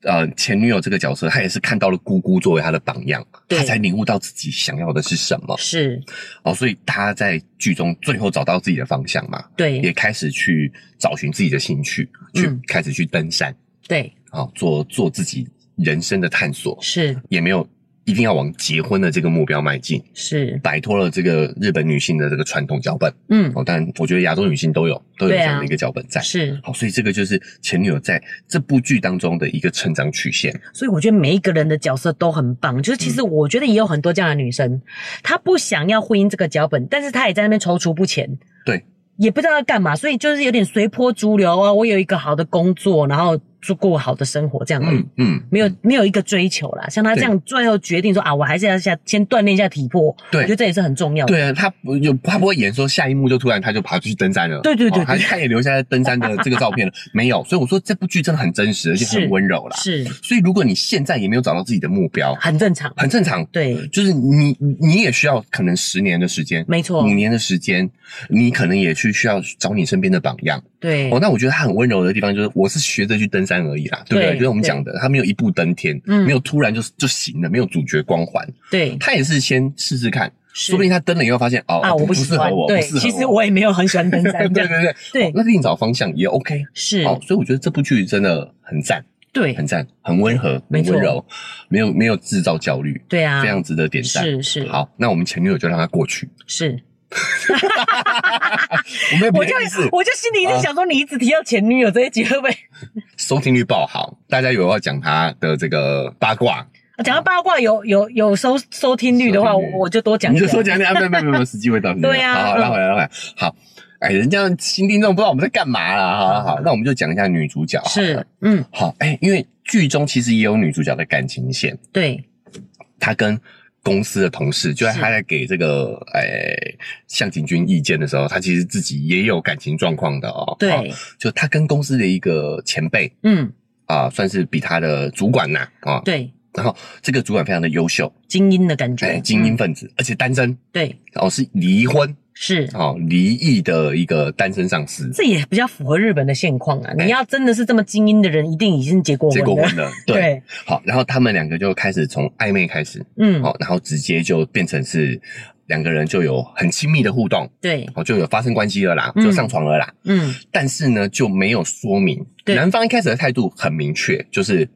Speaker 1: 呃，前女友这个角色，她也是看到了姑姑作为她的榜样，
Speaker 2: 对
Speaker 1: 她才领悟到自己想要的是什么。
Speaker 2: 是，
Speaker 1: 哦，所以她在剧中最后找到自己的方向嘛，也
Speaker 2: 对
Speaker 1: 开始去找寻自己的兴趣，去
Speaker 2: 嗯
Speaker 1: 开始去登山，
Speaker 2: 对
Speaker 1: 啊、做做自己人生的探索，
Speaker 2: 是
Speaker 1: 也没有一定要往结婚的这个目标迈进，
Speaker 2: 是，
Speaker 1: 摆脱了这个日本女性的这个传统脚本。
Speaker 2: 嗯
Speaker 1: 哦，但我觉得亚洲女性都有都有
Speaker 2: 对
Speaker 1: 这
Speaker 2: 啊
Speaker 1: 样的一个脚本在。
Speaker 2: 是，
Speaker 1: 好，所以这个就是前女友在这部剧当中的一个成长曲线。
Speaker 2: 所以我觉得每一个人的角色都很棒。就是其实
Speaker 1: 嗯
Speaker 2: 我觉得也有很多这样的女生，她不想要婚姻这个脚本，但是她也在那边踌躇不前。
Speaker 1: 对。
Speaker 2: 也不知道要干嘛，所以就是有点随波逐流啊。我有一个好的工作，然后就过好的生活，这样而已
Speaker 1: 嗯嗯，
Speaker 2: 没有没有一个追求啦。像她这样最后决定说啊，我还是要下先锻炼一下体魄，我觉得
Speaker 1: 对
Speaker 2: 这也是很重要的。
Speaker 1: 对啊，他不就他不会演说下一幕就突然他就跑去登山了。
Speaker 2: 对对对
Speaker 1: 哦他
Speaker 2: 对
Speaker 1: 他也留下登山的这个照
Speaker 2: [laughs]
Speaker 1: 片了，没有。所以我说这部剧真的很真实，而且
Speaker 2: 是
Speaker 1: 很温柔啦。
Speaker 2: 是
Speaker 1: 所以如果你现在也没有找到自己的目标，
Speaker 2: 很正常。
Speaker 1: 很正常。
Speaker 2: 对，
Speaker 1: 就是你你也需要可能十年的时间，
Speaker 2: 没错
Speaker 1: 五，年的时间，你可能也去需要找你身边的榜样。
Speaker 2: 对
Speaker 1: 哦，，那我觉得他很温柔的地方就是，我是学着去登山而已啦，对不对？
Speaker 2: 对
Speaker 1: 就是我们讲的，他没有一步登天，
Speaker 2: 嗯
Speaker 1: 没有突然就就行了，没有主角光环，
Speaker 2: 对，
Speaker 1: 他也是先试试看，
Speaker 2: 是
Speaker 1: 说不定他登了以后发现哦，
Speaker 2: 啊，
Speaker 1: 不
Speaker 2: 我不喜
Speaker 1: 适合
Speaker 2: 欢。
Speaker 1: 我，
Speaker 2: 对，
Speaker 1: 不适合
Speaker 2: 其实我也没有很喜欢登
Speaker 1: 对 [laughs]
Speaker 2: 山这
Speaker 1: 对
Speaker 2: 样。
Speaker 1: 对对，
Speaker 2: 对
Speaker 1: 哦那另找方向也 OK。
Speaker 2: 是，
Speaker 1: 好，所以我觉得这部剧真的很赞，
Speaker 2: 对，
Speaker 1: 很赞，很温和，
Speaker 2: 没
Speaker 1: 很
Speaker 2: 错
Speaker 1: 温柔，没有没有制造焦虑，
Speaker 2: 对啊，
Speaker 1: 非常值得点赞。
Speaker 2: 是是
Speaker 1: 好，那我们前女友就让她过去，
Speaker 2: 是，
Speaker 1: 我没有
Speaker 2: 我
Speaker 1: 别
Speaker 2: 就
Speaker 1: 的意思。
Speaker 2: 我就心里一直
Speaker 1: 啊
Speaker 2: 想说，你一直提到前女友这一集会不会？
Speaker 1: 收听率爆好，大家有要讲她的这个八卦，
Speaker 2: [laughs] 讲到八卦有有有收收听率的话，
Speaker 1: 收
Speaker 2: 我
Speaker 1: 听率
Speaker 2: 我就多讲一
Speaker 1: 你就
Speaker 2: 点。
Speaker 1: 说讲啊讲，没有没有没有没有，时机未到。时机未到
Speaker 2: [laughs] 对啊
Speaker 1: 好，好
Speaker 2: 嗯
Speaker 1: 拉回来，拉回来。好，哎，人家新听众不知道我们在干嘛啦，好好好，那我们就讲一下女主角。
Speaker 2: 啊是，，嗯，
Speaker 1: 好，哎，因为剧中其实也有女主角的感情线，
Speaker 2: 对，
Speaker 1: 她跟公司的同事，就在
Speaker 2: 是
Speaker 1: 她在给这个哎向井君意见的时候，她其实自己也有感情状况的哦。好，
Speaker 2: 对，
Speaker 1: 就她跟公司的一个前辈
Speaker 2: 嗯，
Speaker 1: 啊，算是比她的主管呐啊，
Speaker 2: 对，
Speaker 1: 然后这个主管非常的优秀，
Speaker 2: 精英的感
Speaker 1: 哎，
Speaker 2: 觉，
Speaker 1: 精英
Speaker 2: 嗯，
Speaker 1: 分子，而且单身。
Speaker 2: 对，
Speaker 1: 哦，是离婚，
Speaker 2: 是。
Speaker 1: 哦，离异的一个单身上司，
Speaker 2: 这也比较符合日本的现况啊！
Speaker 1: 哎
Speaker 2: 你要真的是这么精英的人，一定已经结过
Speaker 1: 结
Speaker 2: 婚
Speaker 1: 过
Speaker 2: 了。
Speaker 1: 婚了，对，
Speaker 2: [laughs] 对，
Speaker 1: 好，然后他们两个就开始从暧昧开始，
Speaker 2: 嗯，
Speaker 1: 哦，然后直接就变成是两个人就有很亲密的互动，
Speaker 2: 对，
Speaker 1: 哦，就有发生关系了啦，
Speaker 2: 嗯
Speaker 1: 就上床了啦，
Speaker 2: 嗯，
Speaker 1: 但是呢就没有说明，
Speaker 2: 对
Speaker 1: 男方一开始的态度很明确，就是。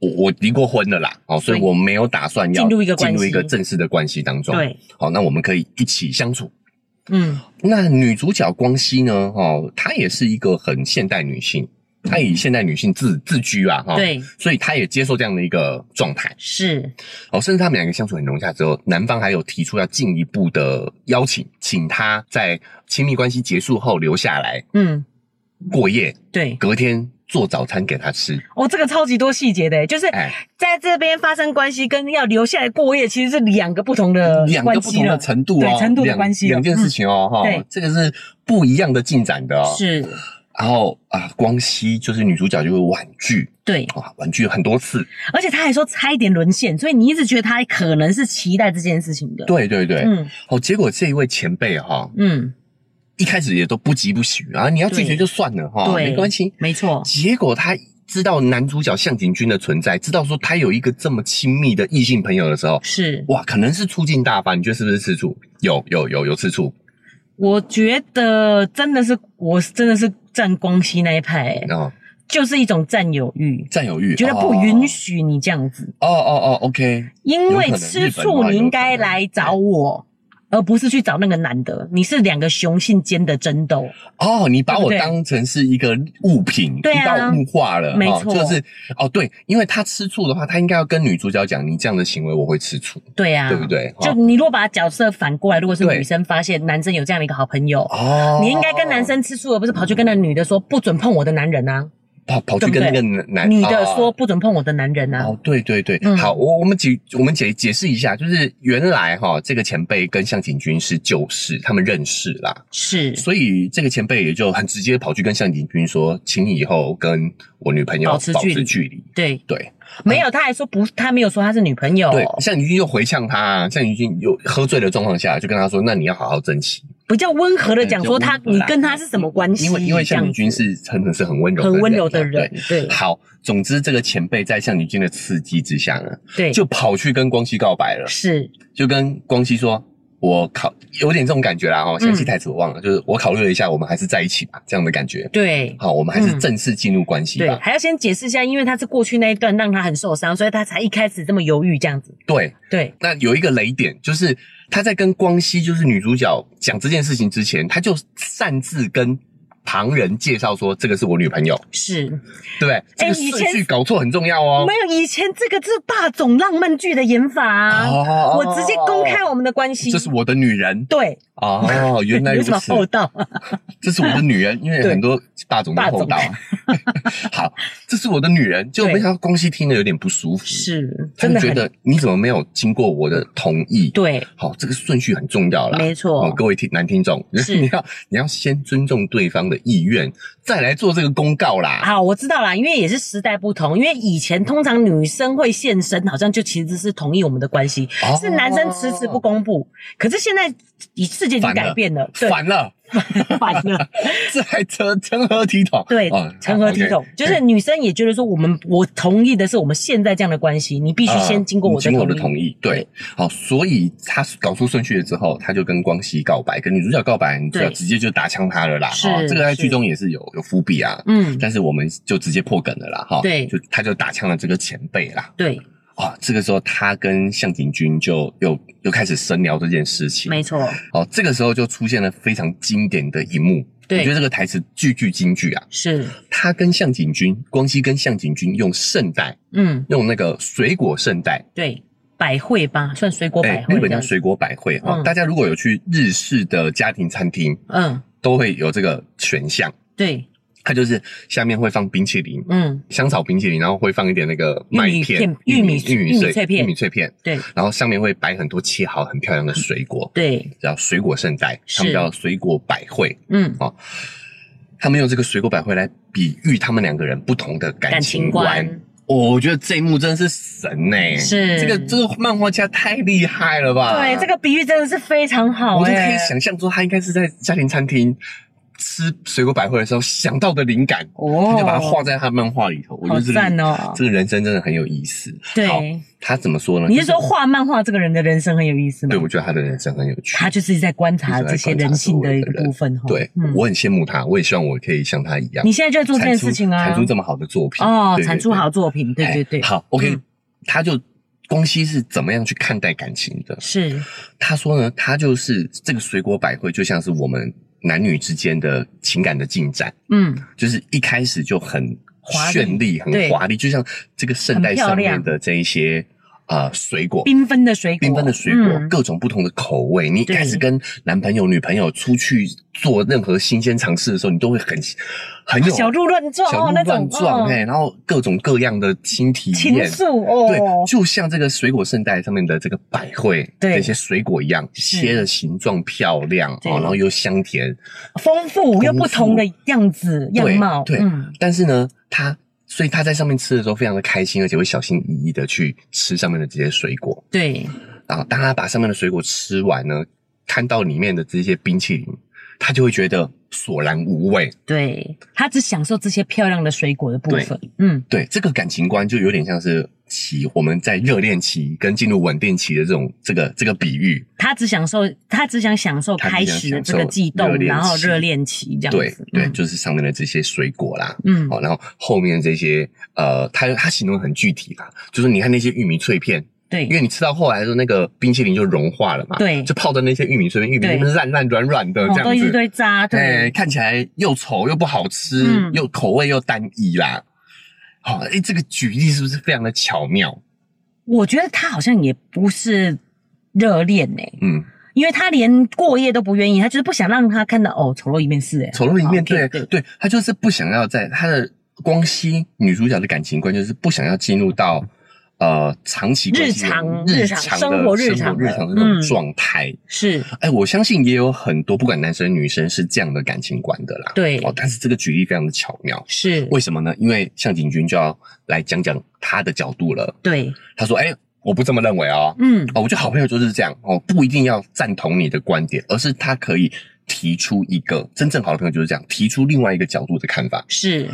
Speaker 1: 我我离过婚了啦，哦，所以
Speaker 2: 对
Speaker 1: 我没有打算要
Speaker 2: 进入一个关系
Speaker 1: 进入一个正式的关系当中。，
Speaker 2: 对，
Speaker 1: 好，那我们可以一起相处。
Speaker 2: 嗯，
Speaker 1: 那女主角光熙呢？哦，她也是一个很现代女性，她以现代女性自自居啊，哈、，
Speaker 2: 对，
Speaker 1: 所以她也接受这样的一个状态。
Speaker 2: 是，
Speaker 1: 哦，甚至他们两个相处很融洽之后，男方还有提出要进一步的邀请，请她在亲密关系结束后留下来
Speaker 2: 嗯，
Speaker 1: 过夜，
Speaker 2: 对。
Speaker 1: 隔天做早餐给她吃。
Speaker 2: 哦，这个超级多细节的，就是
Speaker 1: 哎
Speaker 2: [laughs] 在这边发生关系跟要留下来过夜，其实是两个不同的
Speaker 1: 两个
Speaker 2: 关
Speaker 1: 不
Speaker 2: 系
Speaker 1: 同的
Speaker 2: 了。
Speaker 1: 程度哦，
Speaker 2: 对程度的
Speaker 1: 两
Speaker 2: 关系了嗯
Speaker 1: 两件事情哦，哈、
Speaker 2: 对
Speaker 1: 这个是不一样的进展的哦。，
Speaker 2: 是，
Speaker 1: 然后啊，光熙就是女主角就会婉拒，
Speaker 2: 对，
Speaker 1: 哇，婉拒很多次，
Speaker 2: 而且他还说差一点沦陷，所以你一直觉得他可能是期待这件事情的。，
Speaker 1: 对对对，
Speaker 2: 嗯
Speaker 1: 哦，结果这一位前辈哈、
Speaker 2: 嗯，
Speaker 1: 一开始也都不急不徐啊，你要拒绝就算了哈、啊
Speaker 2: 对
Speaker 1: 没关系。
Speaker 2: 没错，
Speaker 1: 结果他知道男主角向井君的存在，知道说他有一个这么亲密的异性朋友的时候，
Speaker 2: 是。
Speaker 1: 哇，可能是醋劲大发，你觉得是不是吃醋？有有有有吃醋，
Speaker 2: 我觉得真的是，我真的是站光熙那一派、欸
Speaker 1: 然后
Speaker 2: 就是一种占有欲，
Speaker 1: 哦占有欲，
Speaker 2: 觉得不允许你这样子，
Speaker 1: 哦。哦哦哦，OK，
Speaker 2: 因为
Speaker 1: 有可能
Speaker 2: 吃
Speaker 1: 日本的话
Speaker 2: 醋你
Speaker 1: 有可
Speaker 2: 应该
Speaker 1: 能
Speaker 2: 来找我，而不是去找那个男的。你是两个雄性间的争斗，
Speaker 1: 哦，你把
Speaker 2: 对不
Speaker 1: 我
Speaker 2: 对
Speaker 1: 当成是一个物品，
Speaker 2: 对啊
Speaker 1: 你把我物化了，
Speaker 2: 没
Speaker 1: 哦
Speaker 2: 错
Speaker 1: 就是哦，对，因为他吃醋的话，他应该要跟女主角讲，你这样的行为我会吃醋，
Speaker 2: 对啊，
Speaker 1: 对不？对？
Speaker 2: 就
Speaker 1: 哦
Speaker 2: 你如果把角色反过来，如果是
Speaker 1: 对
Speaker 2: 女生发现男生有这样的一个好朋友，
Speaker 1: 哦，
Speaker 2: 你应该跟男生吃醋，而不是跑去跟那女的说不准碰我的男人啊，
Speaker 1: 跑跑去跟那个男
Speaker 2: 女的说
Speaker 1: 哦
Speaker 2: 不准碰我的男人啊。
Speaker 1: 哦，对对对，
Speaker 2: 嗯
Speaker 1: 好，我我们解我们解解释一下，就是原来哈、这个前辈跟向井君是旧识，他们认识啦，
Speaker 2: 是，
Speaker 1: 所以这个前辈也就很直接跑去跟向井君说，请你以后跟我女朋友
Speaker 2: 保持距离
Speaker 1: 离。
Speaker 2: 对，
Speaker 1: 对
Speaker 2: 没有，他还说不，他没有说他是女朋友，
Speaker 1: 嗯对，向井君又回呛他，啊向井君有喝醉的状况下，就跟他说，那你要好好珍惜，
Speaker 2: 比较温和的讲说
Speaker 1: 嗯就
Speaker 2: 他，
Speaker 1: 温和
Speaker 2: 你
Speaker 1: 啦
Speaker 2: 跟他是什么关系？
Speaker 1: 因为因为
Speaker 2: 这
Speaker 1: 向
Speaker 2: 样
Speaker 1: 井君
Speaker 2: 子
Speaker 1: 是真的是很温柔的
Speaker 2: 很温
Speaker 1: 人
Speaker 2: 柔的
Speaker 1: 啊
Speaker 2: 人，对
Speaker 1: 对好，总之这个前辈在向井君的刺激之下呢，
Speaker 2: 对，
Speaker 1: 就跑去跟光熙告白了。
Speaker 2: 是
Speaker 1: 就跟光熙说：“我考有点这种感觉啦，哦，详细台词我忘了，就是我考虑了一下，我们还是在一起吧，这样的感觉。
Speaker 2: 对。
Speaker 1: 好，我们还是正式进入关系
Speaker 2: 对，
Speaker 1: 吧。
Speaker 2: 还要先解释一下，因为他是过去那一段让他很受伤，所以他才一开始这么犹豫这样子。
Speaker 1: 对，
Speaker 2: 对，
Speaker 1: 那有一个雷点，就是他在跟光熙，就是女主角讲这件事情之前，他就擅自跟旁人介绍说这个是我女朋友，
Speaker 2: 是
Speaker 1: 对不对？这个
Speaker 2: 以
Speaker 1: 顺序
Speaker 2: 前
Speaker 1: 搞错很重要哦
Speaker 2: 没。有以前这个是霸总浪漫剧的演法啊！
Speaker 1: 哦
Speaker 2: 我直接公开，我们的关系
Speaker 1: 这，是我的女人
Speaker 2: 对，
Speaker 1: 哦，原来
Speaker 2: 有
Speaker 1: 如
Speaker 2: 什么
Speaker 1: 此。
Speaker 2: 厚道？
Speaker 1: 这是我的女人，因为
Speaker 2: 对
Speaker 1: 很多霸总都厚道。啊 [laughs] 好，这是我的女人，结果没想到光熙听了有点不舒服，
Speaker 2: 是，
Speaker 1: 他
Speaker 2: 真
Speaker 1: 就
Speaker 2: 的
Speaker 1: 觉
Speaker 2: 很
Speaker 1: 得你怎么没有经过我的同意？
Speaker 2: 对，
Speaker 1: 好，这个顺序很重要啦。
Speaker 2: 没错
Speaker 1: 哦，各位听男听众，
Speaker 2: 是
Speaker 1: 你要你要先尊重对方的意愿，再来做这个公告啦。
Speaker 2: 好，我知道啦，因为也是时代不同，因为以前通常女生会现身，好像就其实是同意我们的关系，
Speaker 1: 哦
Speaker 2: 是男生迟迟不公布。可是现在以世界已经
Speaker 1: 反了
Speaker 2: 改变了，对，
Speaker 1: 反了，
Speaker 2: 反
Speaker 1: [laughs]
Speaker 2: 了，
Speaker 1: 这还成成何体统？
Speaker 2: 对
Speaker 1: 哦，
Speaker 2: 成何体
Speaker 1: 好
Speaker 2: 统？
Speaker 1: ，OK
Speaker 2: 就是女生也觉得说，我们我同意的是我们现在这样的关系，你必须先经过我的
Speaker 1: 啊经过
Speaker 2: 同
Speaker 1: 我的
Speaker 2: 意。
Speaker 1: 同意，对，好，所以他搞出顺序了之后，他就跟光熙告白，跟女主角告白，女主角
Speaker 2: 对
Speaker 1: 直接就打枪他了啦。
Speaker 2: 是
Speaker 1: 哦这个在
Speaker 2: 是
Speaker 1: 剧中也是有有伏笔啊，
Speaker 2: 嗯，
Speaker 1: 但是我们就直接破梗了啦，哈、
Speaker 2: 对
Speaker 1: 就他就打枪了这个前辈啦。
Speaker 2: 对，
Speaker 1: 哦，这个时候他跟向井君就又又开始深聊这件事情。
Speaker 2: 没错，
Speaker 1: 哦，这个时候就出现了非常经典的一幕，
Speaker 2: 对
Speaker 1: 我觉得这个台词句句金句啊。
Speaker 2: 是，
Speaker 1: 他跟向井君，光熙跟向井君用圣代，
Speaker 2: 嗯，
Speaker 1: 用那个水果圣代
Speaker 2: 对，百惠吧，算水果百
Speaker 1: 哎，
Speaker 2: 惠
Speaker 1: 日
Speaker 2: 这
Speaker 1: 本叫
Speaker 2: 样子。
Speaker 1: 水果百惠哈、
Speaker 2: 嗯
Speaker 1: 大家如果有去日式的家庭餐厅，
Speaker 2: 嗯，
Speaker 1: 都会有这个选项，
Speaker 2: 对，
Speaker 1: 它就是下面会放冰淇淋。
Speaker 2: 嗯，
Speaker 1: 香草冰淇淋，然后会放一点那个
Speaker 2: 玉米
Speaker 1: 麦
Speaker 2: 片
Speaker 1: 片、
Speaker 2: 玉米
Speaker 1: 玉
Speaker 2: 玉米
Speaker 1: 米
Speaker 2: 脆片
Speaker 1: 玉米脆片，
Speaker 2: 对，
Speaker 1: 然后上面会摆很多切好很漂亮的水果，
Speaker 2: 对，
Speaker 1: 叫水果圣代，
Speaker 2: 是
Speaker 1: 他们叫水果百惠。
Speaker 2: 嗯，
Speaker 1: 他们用这个水果百惠来比喻他们两个人不同的感
Speaker 2: 感
Speaker 1: 情
Speaker 2: 情
Speaker 1: 观。
Speaker 2: 观。
Speaker 1: 哦，我觉得这一幕真的是神呢、
Speaker 2: 是
Speaker 1: 这个这个漫画家太厉害了吧？
Speaker 2: 对，这个比喻真的是非常好
Speaker 1: 我就可
Speaker 2: 哎、
Speaker 1: 以想象说，他应该是在家庭餐厅吃水果百惠的时候想到的灵感，
Speaker 2: 哦
Speaker 1: 他就把它画在他漫画里头。我觉
Speaker 2: 好
Speaker 1: 得这个
Speaker 2: 赞哦
Speaker 1: 这个人生真的很有意思。好
Speaker 2: 对，
Speaker 1: 他怎么说呢？
Speaker 2: 你是
Speaker 1: 就
Speaker 2: 说画漫画这个人的人生很有意思吗
Speaker 1: 对，？我觉得他的人生很有趣。
Speaker 2: 他就是在观察这些人性的一个部分哈。
Speaker 1: 对、我很羡慕他，我也希望我可以像他一样
Speaker 2: 嗯你，现在就在做这件事情啊，
Speaker 1: 产出这么好的作品
Speaker 2: 哦，
Speaker 1: 对对
Speaker 2: 产出
Speaker 1: 对
Speaker 2: 好作品，对
Speaker 1: 哎
Speaker 2: 对对，
Speaker 1: 好，OK，、
Speaker 2: 嗯
Speaker 1: 他就光熙是怎么样去看待感情的？
Speaker 2: 是
Speaker 1: 他说呢，他就是这个水果百惠，就像是我们男女之间的情感的进展，
Speaker 2: 嗯，
Speaker 1: 就是一开始就很
Speaker 2: 华丽
Speaker 1: 绚丽、很
Speaker 2: 对
Speaker 1: 华丽，就像这个圣代
Speaker 2: 很漂
Speaker 1: 上
Speaker 2: 亮
Speaker 1: 面的这一些呃水果。
Speaker 2: 缤纷的水果，
Speaker 1: 缤纷的水果，
Speaker 2: 嗯
Speaker 1: 各种不同的口味。你一
Speaker 2: 对
Speaker 1: 开始跟男朋友、女朋友出去做任何新鲜尝试的时候，你都会很很有
Speaker 2: 小鹿乱撞
Speaker 1: 小
Speaker 2: 哦，
Speaker 1: 鹿
Speaker 2: 那
Speaker 1: 乱
Speaker 2: 种
Speaker 1: 撞，
Speaker 2: 哦
Speaker 1: 哎、然后各种各样的新体
Speaker 2: 情
Speaker 1: 验。
Speaker 2: 愫
Speaker 1: 对
Speaker 2: 哦，，
Speaker 1: 就像这个水果圣代上面的这个百惠，
Speaker 2: 对
Speaker 1: 这些水果一样，
Speaker 2: 是
Speaker 1: 切的形状漂亮
Speaker 2: 对
Speaker 1: 哦，然后又香甜。
Speaker 2: 丰富又
Speaker 1: 丰富
Speaker 2: 不同的样子样
Speaker 1: 对
Speaker 2: 貌，
Speaker 1: 对
Speaker 2: 嗯，
Speaker 1: 但是呢，他所以他在上面吃的时候非常的开心，而且会小心翼翼的去吃上面的这些水果。
Speaker 2: 对，
Speaker 1: 然后当他把上面的水果吃完呢，看到里面的这些冰淇淋，他就会觉得索然无味。
Speaker 2: 对他只享受这些漂亮的水果的部分，嗯，
Speaker 1: 对，这个感情观就有点像是期我们在热恋期跟进入稳定期的这种这个这个比喻。
Speaker 2: 他只享受，他只想享受
Speaker 1: 他只想
Speaker 2: 开始的这个悸
Speaker 1: 享受热
Speaker 2: 动，
Speaker 1: 恋期
Speaker 2: 然后热恋期这样
Speaker 1: 对
Speaker 2: 子，
Speaker 1: 对，就是上面的这些水果啦，
Speaker 2: 嗯，
Speaker 1: 好、
Speaker 2: 嗯
Speaker 1: 然后后面这些呃，他他形容得很具体啦，就是你看那些玉米脆片，因
Speaker 2: 对，
Speaker 1: 为你吃到后来的时候，那个冰淇淋就融化了嘛，
Speaker 2: 对
Speaker 1: 就泡在那些玉米脆片，玉米
Speaker 2: 对
Speaker 1: 那边烂烂软软的呃这
Speaker 2: 哦，都
Speaker 1: 样
Speaker 2: 一
Speaker 1: 子，
Speaker 2: 堆渣，
Speaker 1: 哎
Speaker 2: 对，
Speaker 1: 看起来又丑又不好吃，
Speaker 2: 嗯
Speaker 1: 又口味又单一啦。好、哎，这个举例是不是非常的巧妙？
Speaker 2: 我觉得他好像也不是热恋呢，
Speaker 1: 嗯，
Speaker 2: 因为他连过夜都不愿意，他就是不想让他看到哦丑陋一面是哎，
Speaker 1: 丑陋一面，
Speaker 2: 哦
Speaker 1: 对
Speaker 2: 对
Speaker 1: 对，他就是不想要在他的光熙女主角的感情观，就是不想要进入到呃长期关系的
Speaker 2: 日常
Speaker 1: 日
Speaker 2: 日
Speaker 1: 常
Speaker 2: 常
Speaker 1: 的
Speaker 2: 生活日
Speaker 1: 生
Speaker 2: 常
Speaker 1: 活
Speaker 2: 的
Speaker 1: 日常的那种
Speaker 2: 嗯
Speaker 1: 状态。
Speaker 2: 是，
Speaker 1: 哎，我相信也有很多不管男生女生是这样的感情观的啦。
Speaker 2: 对
Speaker 1: 哦，但是这个举例非常的巧妙，
Speaker 2: 是，
Speaker 1: 为什么呢？因为向井君就要来讲讲他的角度了。
Speaker 2: 对，
Speaker 1: 他说：“哎，我不这么认为哦。
Speaker 2: 嗯，
Speaker 1: 哦，我觉得好朋友就是这样哦，不一定要赞同你的观点，而是他可以提出一个真正好的朋友就是这样，提出另外一个角度的看法。
Speaker 2: 是。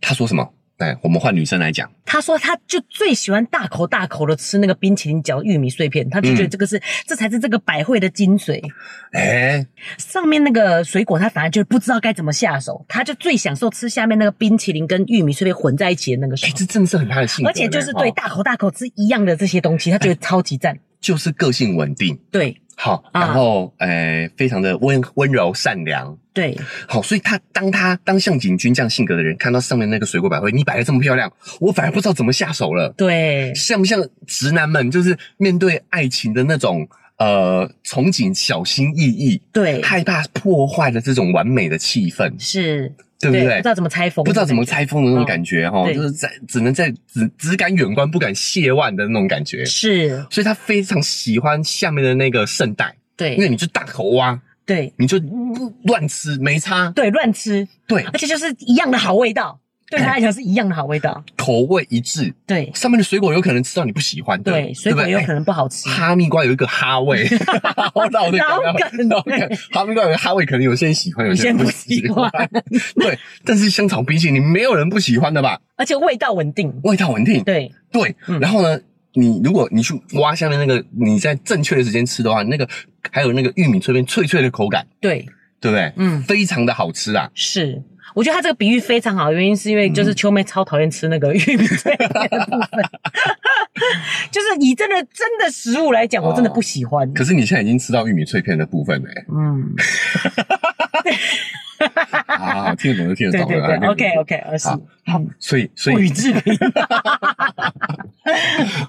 Speaker 1: 他说什么？哎，我们换女生来讲，
Speaker 2: 他说，他就最喜欢大口大口的吃那个冰淇淋嚼玉米碎片，他就觉得
Speaker 1: 嗯
Speaker 2: 这个是，这才是这个百惠的精髓。
Speaker 1: 哎，
Speaker 2: 上面那个水果，他反而就不知道该怎么下手，他就最享受吃下面那个冰淇淋跟玉米碎片混在一起的那个
Speaker 1: 哎
Speaker 2: 时，候
Speaker 1: 这，真的是很他的性格
Speaker 2: 而
Speaker 1: 呢，
Speaker 2: 且就是对
Speaker 1: 哦
Speaker 2: 大口大口吃一样的这些东西，他觉得超级
Speaker 1: [laughs]
Speaker 2: 赞。
Speaker 1: 就是个性稳定，
Speaker 2: 对
Speaker 1: 好，
Speaker 2: 啊
Speaker 1: 然后哎，非常的温温柔善良，
Speaker 2: 对，
Speaker 1: 好，所以他当他当向井君这样性格的人，看到上面那个水果百惠，你摆的这么漂亮，我反而不知道怎么下手了。
Speaker 2: 对，
Speaker 1: 像不像直男们就是面对爱情的那种呃憧憬，小心翼翼，
Speaker 2: 对，
Speaker 1: 害怕破坏了这种完美的气氛，
Speaker 2: 是，
Speaker 1: 对不
Speaker 2: 不
Speaker 1: 对
Speaker 2: 知？道怎么拆封，
Speaker 1: 不知道怎么。拆封的那种感觉哈、
Speaker 2: 对
Speaker 1: 就是在只能在只只敢远观不敢亵玩的那种感觉。
Speaker 2: 是，
Speaker 1: 所以他非常喜欢下面的那个圣代，因为
Speaker 2: 对，
Speaker 1: 你就大口挖，
Speaker 2: 对，
Speaker 1: 你就乱吃没差，
Speaker 2: 对，乱吃，
Speaker 1: 对，
Speaker 2: 而且就是一样的好味道，对他来讲是一样的好味道。
Speaker 1: 口味一致，
Speaker 2: 对，
Speaker 1: 上面的水果有可能吃到你不喜欢的，
Speaker 2: 对，水
Speaker 1: 不
Speaker 2: 果
Speaker 1: 对
Speaker 2: 有
Speaker 1: 哎
Speaker 2: 可能不好吃。
Speaker 1: 哈密瓜有一个哈味，我脑梗，
Speaker 2: 脑梗欸
Speaker 1: 脑梗。哈密瓜有个哈味，可能有些人喜欢，有些人不喜欢。对，但是香草冰淇淋没有人不喜欢的吧？
Speaker 2: 而且味道稳定。
Speaker 1: 味道稳定。
Speaker 2: 对，
Speaker 1: 对，
Speaker 2: 嗯
Speaker 1: 然后呢，你如果你去挖下面那个，你在正确的时间吃的话，那个还有那个玉米脆片脆脆的口感，
Speaker 2: 对，
Speaker 1: 对不对？
Speaker 2: 嗯，
Speaker 1: 非常的好吃啊！
Speaker 2: 是。我觉得他这个比喻非常好，原因是因为
Speaker 1: 嗯
Speaker 2: 就是秋妹超讨厌吃那个玉米
Speaker 1: [laughs]
Speaker 2: 脆片的部分，就是以真的真的食物来讲，我真的不喜欢。
Speaker 1: 哦可是你现在已经吃到玉米脆片的部分了、欸，
Speaker 2: 嗯，
Speaker 1: 啊，听得懂就听得
Speaker 2: 对
Speaker 1: 懂
Speaker 2: 对
Speaker 1: 了。
Speaker 2: 对
Speaker 1: 啊
Speaker 2: ，OK OK，而是
Speaker 1: 好好，所以所
Speaker 2: 不予
Speaker 1: 以 [laughs]
Speaker 2: 置评。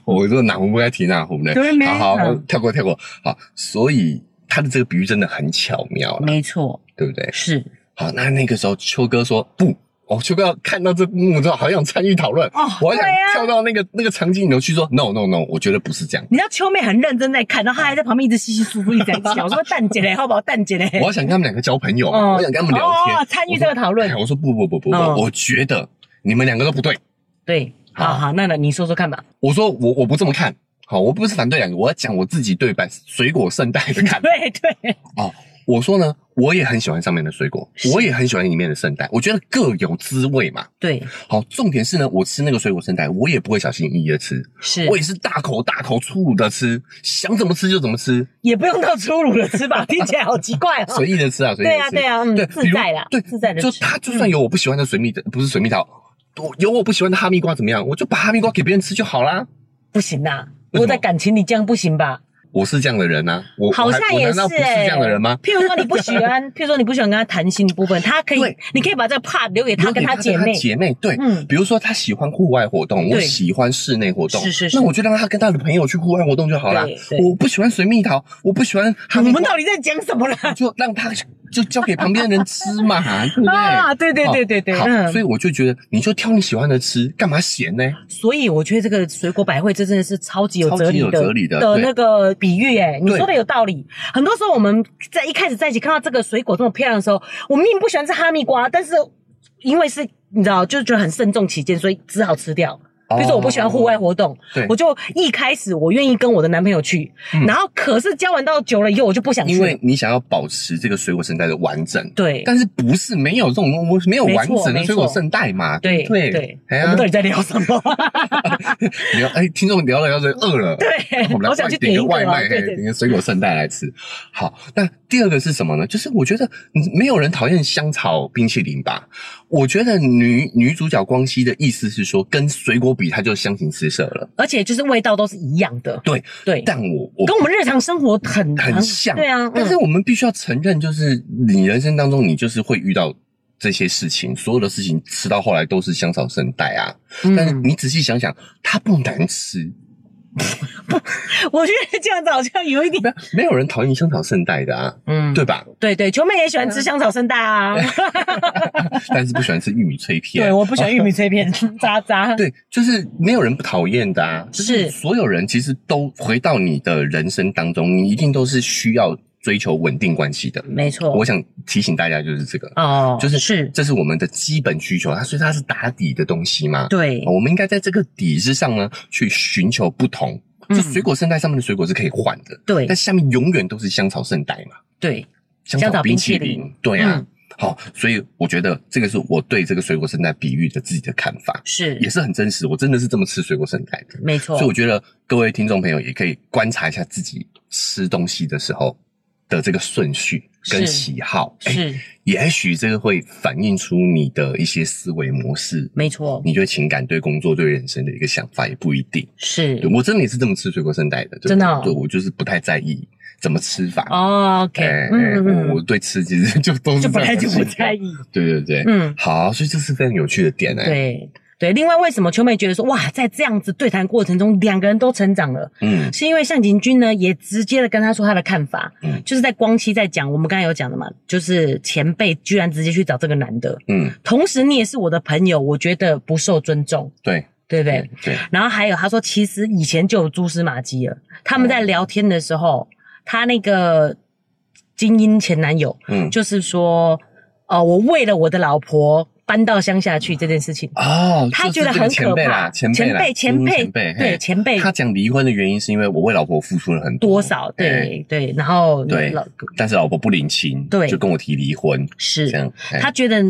Speaker 1: 我说哪壶不该提哪壶呢？
Speaker 2: 对没
Speaker 1: 好好
Speaker 2: 嗯
Speaker 1: 跳过跳过，好，所以他的这个比喻真的很巧妙了，
Speaker 2: 没错，
Speaker 1: 对不对？
Speaker 2: 是
Speaker 1: 好，那那个时候秋哥说不，哦，秋哥看到这幕之后，好想参与讨论，
Speaker 2: 哦
Speaker 1: 我好想
Speaker 2: 对啊
Speaker 1: 跳到那个、那个场景里头去说 no no no，我觉得不是这样，
Speaker 2: 你知道秋妹很认真在看，然后她还在旁边一直稀稀疏疏一直在讲，我说蛋姐嘞，好不好？蛋姐嘞，
Speaker 1: 我好想跟他们两个交朋友嘛，
Speaker 2: 哦
Speaker 1: 我想跟他们聊天，
Speaker 2: 哦参与这个讨论
Speaker 1: 我说哎我说不不不不不，
Speaker 2: 嗯
Speaker 1: 我觉得你们两个都不对，
Speaker 2: 对，好好，那那你说说看吧。
Speaker 1: 我说我我不这么看。好，我不是反对两个，我要讲我自己对百水果圣代的看法。
Speaker 2: 对对，
Speaker 1: 哦我说呢，我也很喜欢上面的水果，
Speaker 2: 是
Speaker 1: 我也很喜欢里面的圣代，我觉得各有滋味嘛。
Speaker 2: 对，
Speaker 1: 好，重点是呢，我吃那个水果圣代，我也不会小心翼翼的吃，
Speaker 2: 是，
Speaker 1: 我也是大口大口粗鲁的吃，想怎么吃就怎么吃，
Speaker 2: 也不用到粗鲁的吃
Speaker 1: [laughs]
Speaker 2: 吧，听起来好奇怪哦。
Speaker 1: 随意的吃啊，随意
Speaker 2: 对
Speaker 1: 的
Speaker 2: 啊，
Speaker 1: 吃。
Speaker 2: 对啊，嗯，自
Speaker 1: 比如
Speaker 2: 在啦，
Speaker 1: 对，
Speaker 2: 自在的
Speaker 1: 就
Speaker 2: 吃嗯
Speaker 1: 它就算有我不喜欢的水蜜的，不是水蜜桃，我有我不喜欢的哈密瓜怎么样？我就把哈密瓜给别人吃就好啦。
Speaker 2: 不行啦。
Speaker 1: 为什么
Speaker 2: 我在感情里这样不行吧？
Speaker 1: 我是这样的人呐、我
Speaker 2: 好
Speaker 1: 我还
Speaker 2: 像也
Speaker 1: 我
Speaker 2: 欸
Speaker 1: 难道不是这样的人吗？
Speaker 2: 譬如说你不
Speaker 1: [laughs]
Speaker 2: 喜欢，譬如说你不喜欢跟他谈心的部分，他可以
Speaker 1: 对，
Speaker 2: 你可以把这个 part 留给他
Speaker 1: 留给
Speaker 2: 跟他姐
Speaker 1: 跟
Speaker 2: 妹。
Speaker 1: 姐妹对，
Speaker 2: 嗯
Speaker 1: 比如说他喜欢户外活动，我
Speaker 2: 对
Speaker 1: 喜欢室内活动，
Speaker 2: 是是是
Speaker 1: 那我就让他跟他的朋友去户外活动就好啦
Speaker 2: 对。对
Speaker 1: 我不喜欢水蜜桃，我不喜欢哈
Speaker 2: 我
Speaker 1: 密
Speaker 2: 们
Speaker 1: 瓜，
Speaker 2: 到底在讲什么啦？
Speaker 1: 就让他就交给旁边的人吃嘛，对不对？
Speaker 2: [laughs] 啊，对对对对对，
Speaker 1: 好，所
Speaker 2: 嗯，
Speaker 1: 以我就觉得你就挑你喜欢的吃，干嘛嫌呢？
Speaker 2: 所以我觉得这个水果百惠这真的是超级有哲理
Speaker 1: 超级有哲理的
Speaker 2: 的
Speaker 1: 对
Speaker 2: 那个比喻，哎，你
Speaker 1: 对
Speaker 2: 说的有道理。很多时候我们在一开始在一起看到这个水果这么漂亮的时候，我们明明不喜欢吃哈密瓜，但是因为是你知道，就觉得很慎重起见，所以只好吃掉。
Speaker 1: 哦
Speaker 2: 比如说我不喜欢户外活动，
Speaker 1: 对
Speaker 2: 我就一开始我愿意跟我的男朋友去，
Speaker 1: 嗯
Speaker 2: 然后可是交往到久了以后，我就不想去了，
Speaker 1: 因为你想要保持这个水果圣代的完整，
Speaker 2: 对
Speaker 1: 但是不是没有这种没有完整的水果圣代嘛？
Speaker 2: 对
Speaker 1: 对
Speaker 2: 对，
Speaker 1: 哎
Speaker 2: 我
Speaker 1: 呀
Speaker 2: 们到，底在聊什么？
Speaker 1: 聊哎，听众聊着聊着饿了，
Speaker 2: 对
Speaker 1: [laughs] 我，们来
Speaker 2: 哎 [laughs] 好想
Speaker 1: 外
Speaker 2: 去
Speaker 1: 点
Speaker 2: 点一
Speaker 1: 个
Speaker 2: 个
Speaker 1: 外
Speaker 2: 啊
Speaker 1: 卖，哎
Speaker 2: 对
Speaker 1: 嘿
Speaker 2: 对
Speaker 1: 点个水果圣代来吃。好，那第二个是什么呢？就是我觉得嗯没有人讨厌香草冰淇淋吧。我觉得女女主角光熙的意思是说，跟水果比，它就相形失色了。
Speaker 2: 而且就是味道都是一样的，
Speaker 1: 对
Speaker 2: 对，
Speaker 1: 但我我
Speaker 2: 跟我们日常生活很
Speaker 1: 很像
Speaker 2: 对啊，
Speaker 1: 但
Speaker 2: 嗯
Speaker 1: 是我们必须要承认，就是你人生当中，你就是会遇到这些事情，所有的事情吃到后来都是香草圣代啊。但是
Speaker 2: 嗯，
Speaker 1: 你仔细想想，它不难吃，
Speaker 2: [laughs] 我觉得这样子好像有一点，
Speaker 1: 没有没有人讨厌香草圣代的啊，
Speaker 2: 嗯，
Speaker 1: 对吧？
Speaker 2: 对对，球妹也喜欢
Speaker 1: 嗯
Speaker 2: 吃香草圣代啊，
Speaker 1: 但是不喜欢吃玉米脆
Speaker 2: [laughs] 对，
Speaker 1: 片。啊
Speaker 2: 我不喜欢玉米
Speaker 1: [laughs]
Speaker 2: 脆片渣渣，
Speaker 1: 对，就是没有人不讨厌的啊，就是
Speaker 2: 是
Speaker 1: 所有人其实都回到你的人生当中，你一定都是需要追求稳定关系的。
Speaker 2: 没错，
Speaker 1: 我想提醒大家就是这个，
Speaker 2: 哦，
Speaker 1: 就是
Speaker 2: 是，
Speaker 1: 这是我们的基本需求，它所以它是打底的东西嘛。
Speaker 2: 对，
Speaker 1: 我们应该在这个底之上呢，去寻求不同。就
Speaker 2: 嗯
Speaker 1: 水果圣代上面的水果是可以换的，
Speaker 2: 对
Speaker 1: 但下面永远都是香草圣代嘛，
Speaker 2: 对，
Speaker 1: 香
Speaker 2: 香草
Speaker 1: 冰
Speaker 2: 冰
Speaker 1: 淇
Speaker 2: 淇
Speaker 1: 淋。
Speaker 2: 淋
Speaker 1: 对啊，
Speaker 2: 嗯
Speaker 1: 好，所以我觉得这个是我对这个水果圣代比喻的自己的看法，
Speaker 2: 是
Speaker 1: 也是很真实。我真的是这么吃水果圣代的，
Speaker 2: 没错
Speaker 1: 所以，我觉得各位听众朋友也可以观察一下自己吃东西的时候的这个顺序跟
Speaker 2: 是
Speaker 1: 喜好，哎
Speaker 2: 是
Speaker 1: 也许这个会反映出你的一些思维模式，
Speaker 2: 没错，
Speaker 1: 你对情感、对工作、对人生的一个想法也不一定。
Speaker 2: 是
Speaker 1: 对我真的也是这么吃水果圣代的，对不对
Speaker 2: 真的哦
Speaker 1: 对我就是不太在意怎么吃法。
Speaker 2: 哦，OK，
Speaker 1: 哎哎
Speaker 2: 嗯嗯
Speaker 1: 我我
Speaker 2: 嗯，
Speaker 1: 对吃其实就都是
Speaker 2: 就本来就不在
Speaker 1: 意。
Speaker 2: 意，
Speaker 1: 对对对，
Speaker 2: 嗯。
Speaker 1: 好，所以这是非常有趣的点哎、，
Speaker 2: 对对，另外为什么秋妹觉得说哇，在这样子对谈过程中，两个人都成长了，
Speaker 1: 嗯
Speaker 2: 是因为向井君呢也直接的跟他说他的看法，
Speaker 1: 嗯
Speaker 2: 就是在光熙在讲，我们刚才有讲的嘛，就是前辈居然直接去找这个男的，
Speaker 1: 嗯，
Speaker 2: 同时你也是我的朋友，我觉得不受尊重，
Speaker 1: 对
Speaker 2: 对不对？
Speaker 1: 对，
Speaker 2: 然后还有他说，其实以前就有蛛丝马迹了，他们在聊天的时候，他那个精英前男友
Speaker 1: 嗯，
Speaker 2: 就是说，呃，我为了我的老婆搬到乡下去这件事情。
Speaker 1: 哦，
Speaker 2: 他
Speaker 1: 就
Speaker 2: 觉
Speaker 1: 是
Speaker 2: 得
Speaker 1: 这个
Speaker 2: 很
Speaker 1: 前
Speaker 2: 可
Speaker 1: 辈
Speaker 2: 怕
Speaker 1: 啦，。前辈啦，嗯
Speaker 2: 前辈，
Speaker 1: 前辈，
Speaker 2: 对
Speaker 1: 嘿
Speaker 2: 前辈
Speaker 1: 他讲离婚的原因是因为我为老婆付出了很
Speaker 2: 多少？
Speaker 1: 哎
Speaker 2: 对对，然后
Speaker 1: 对
Speaker 2: 老，
Speaker 1: 但是老婆不领情，
Speaker 2: 对
Speaker 1: 就跟我提离婚，这
Speaker 2: 是
Speaker 1: 样，哎
Speaker 2: 他觉得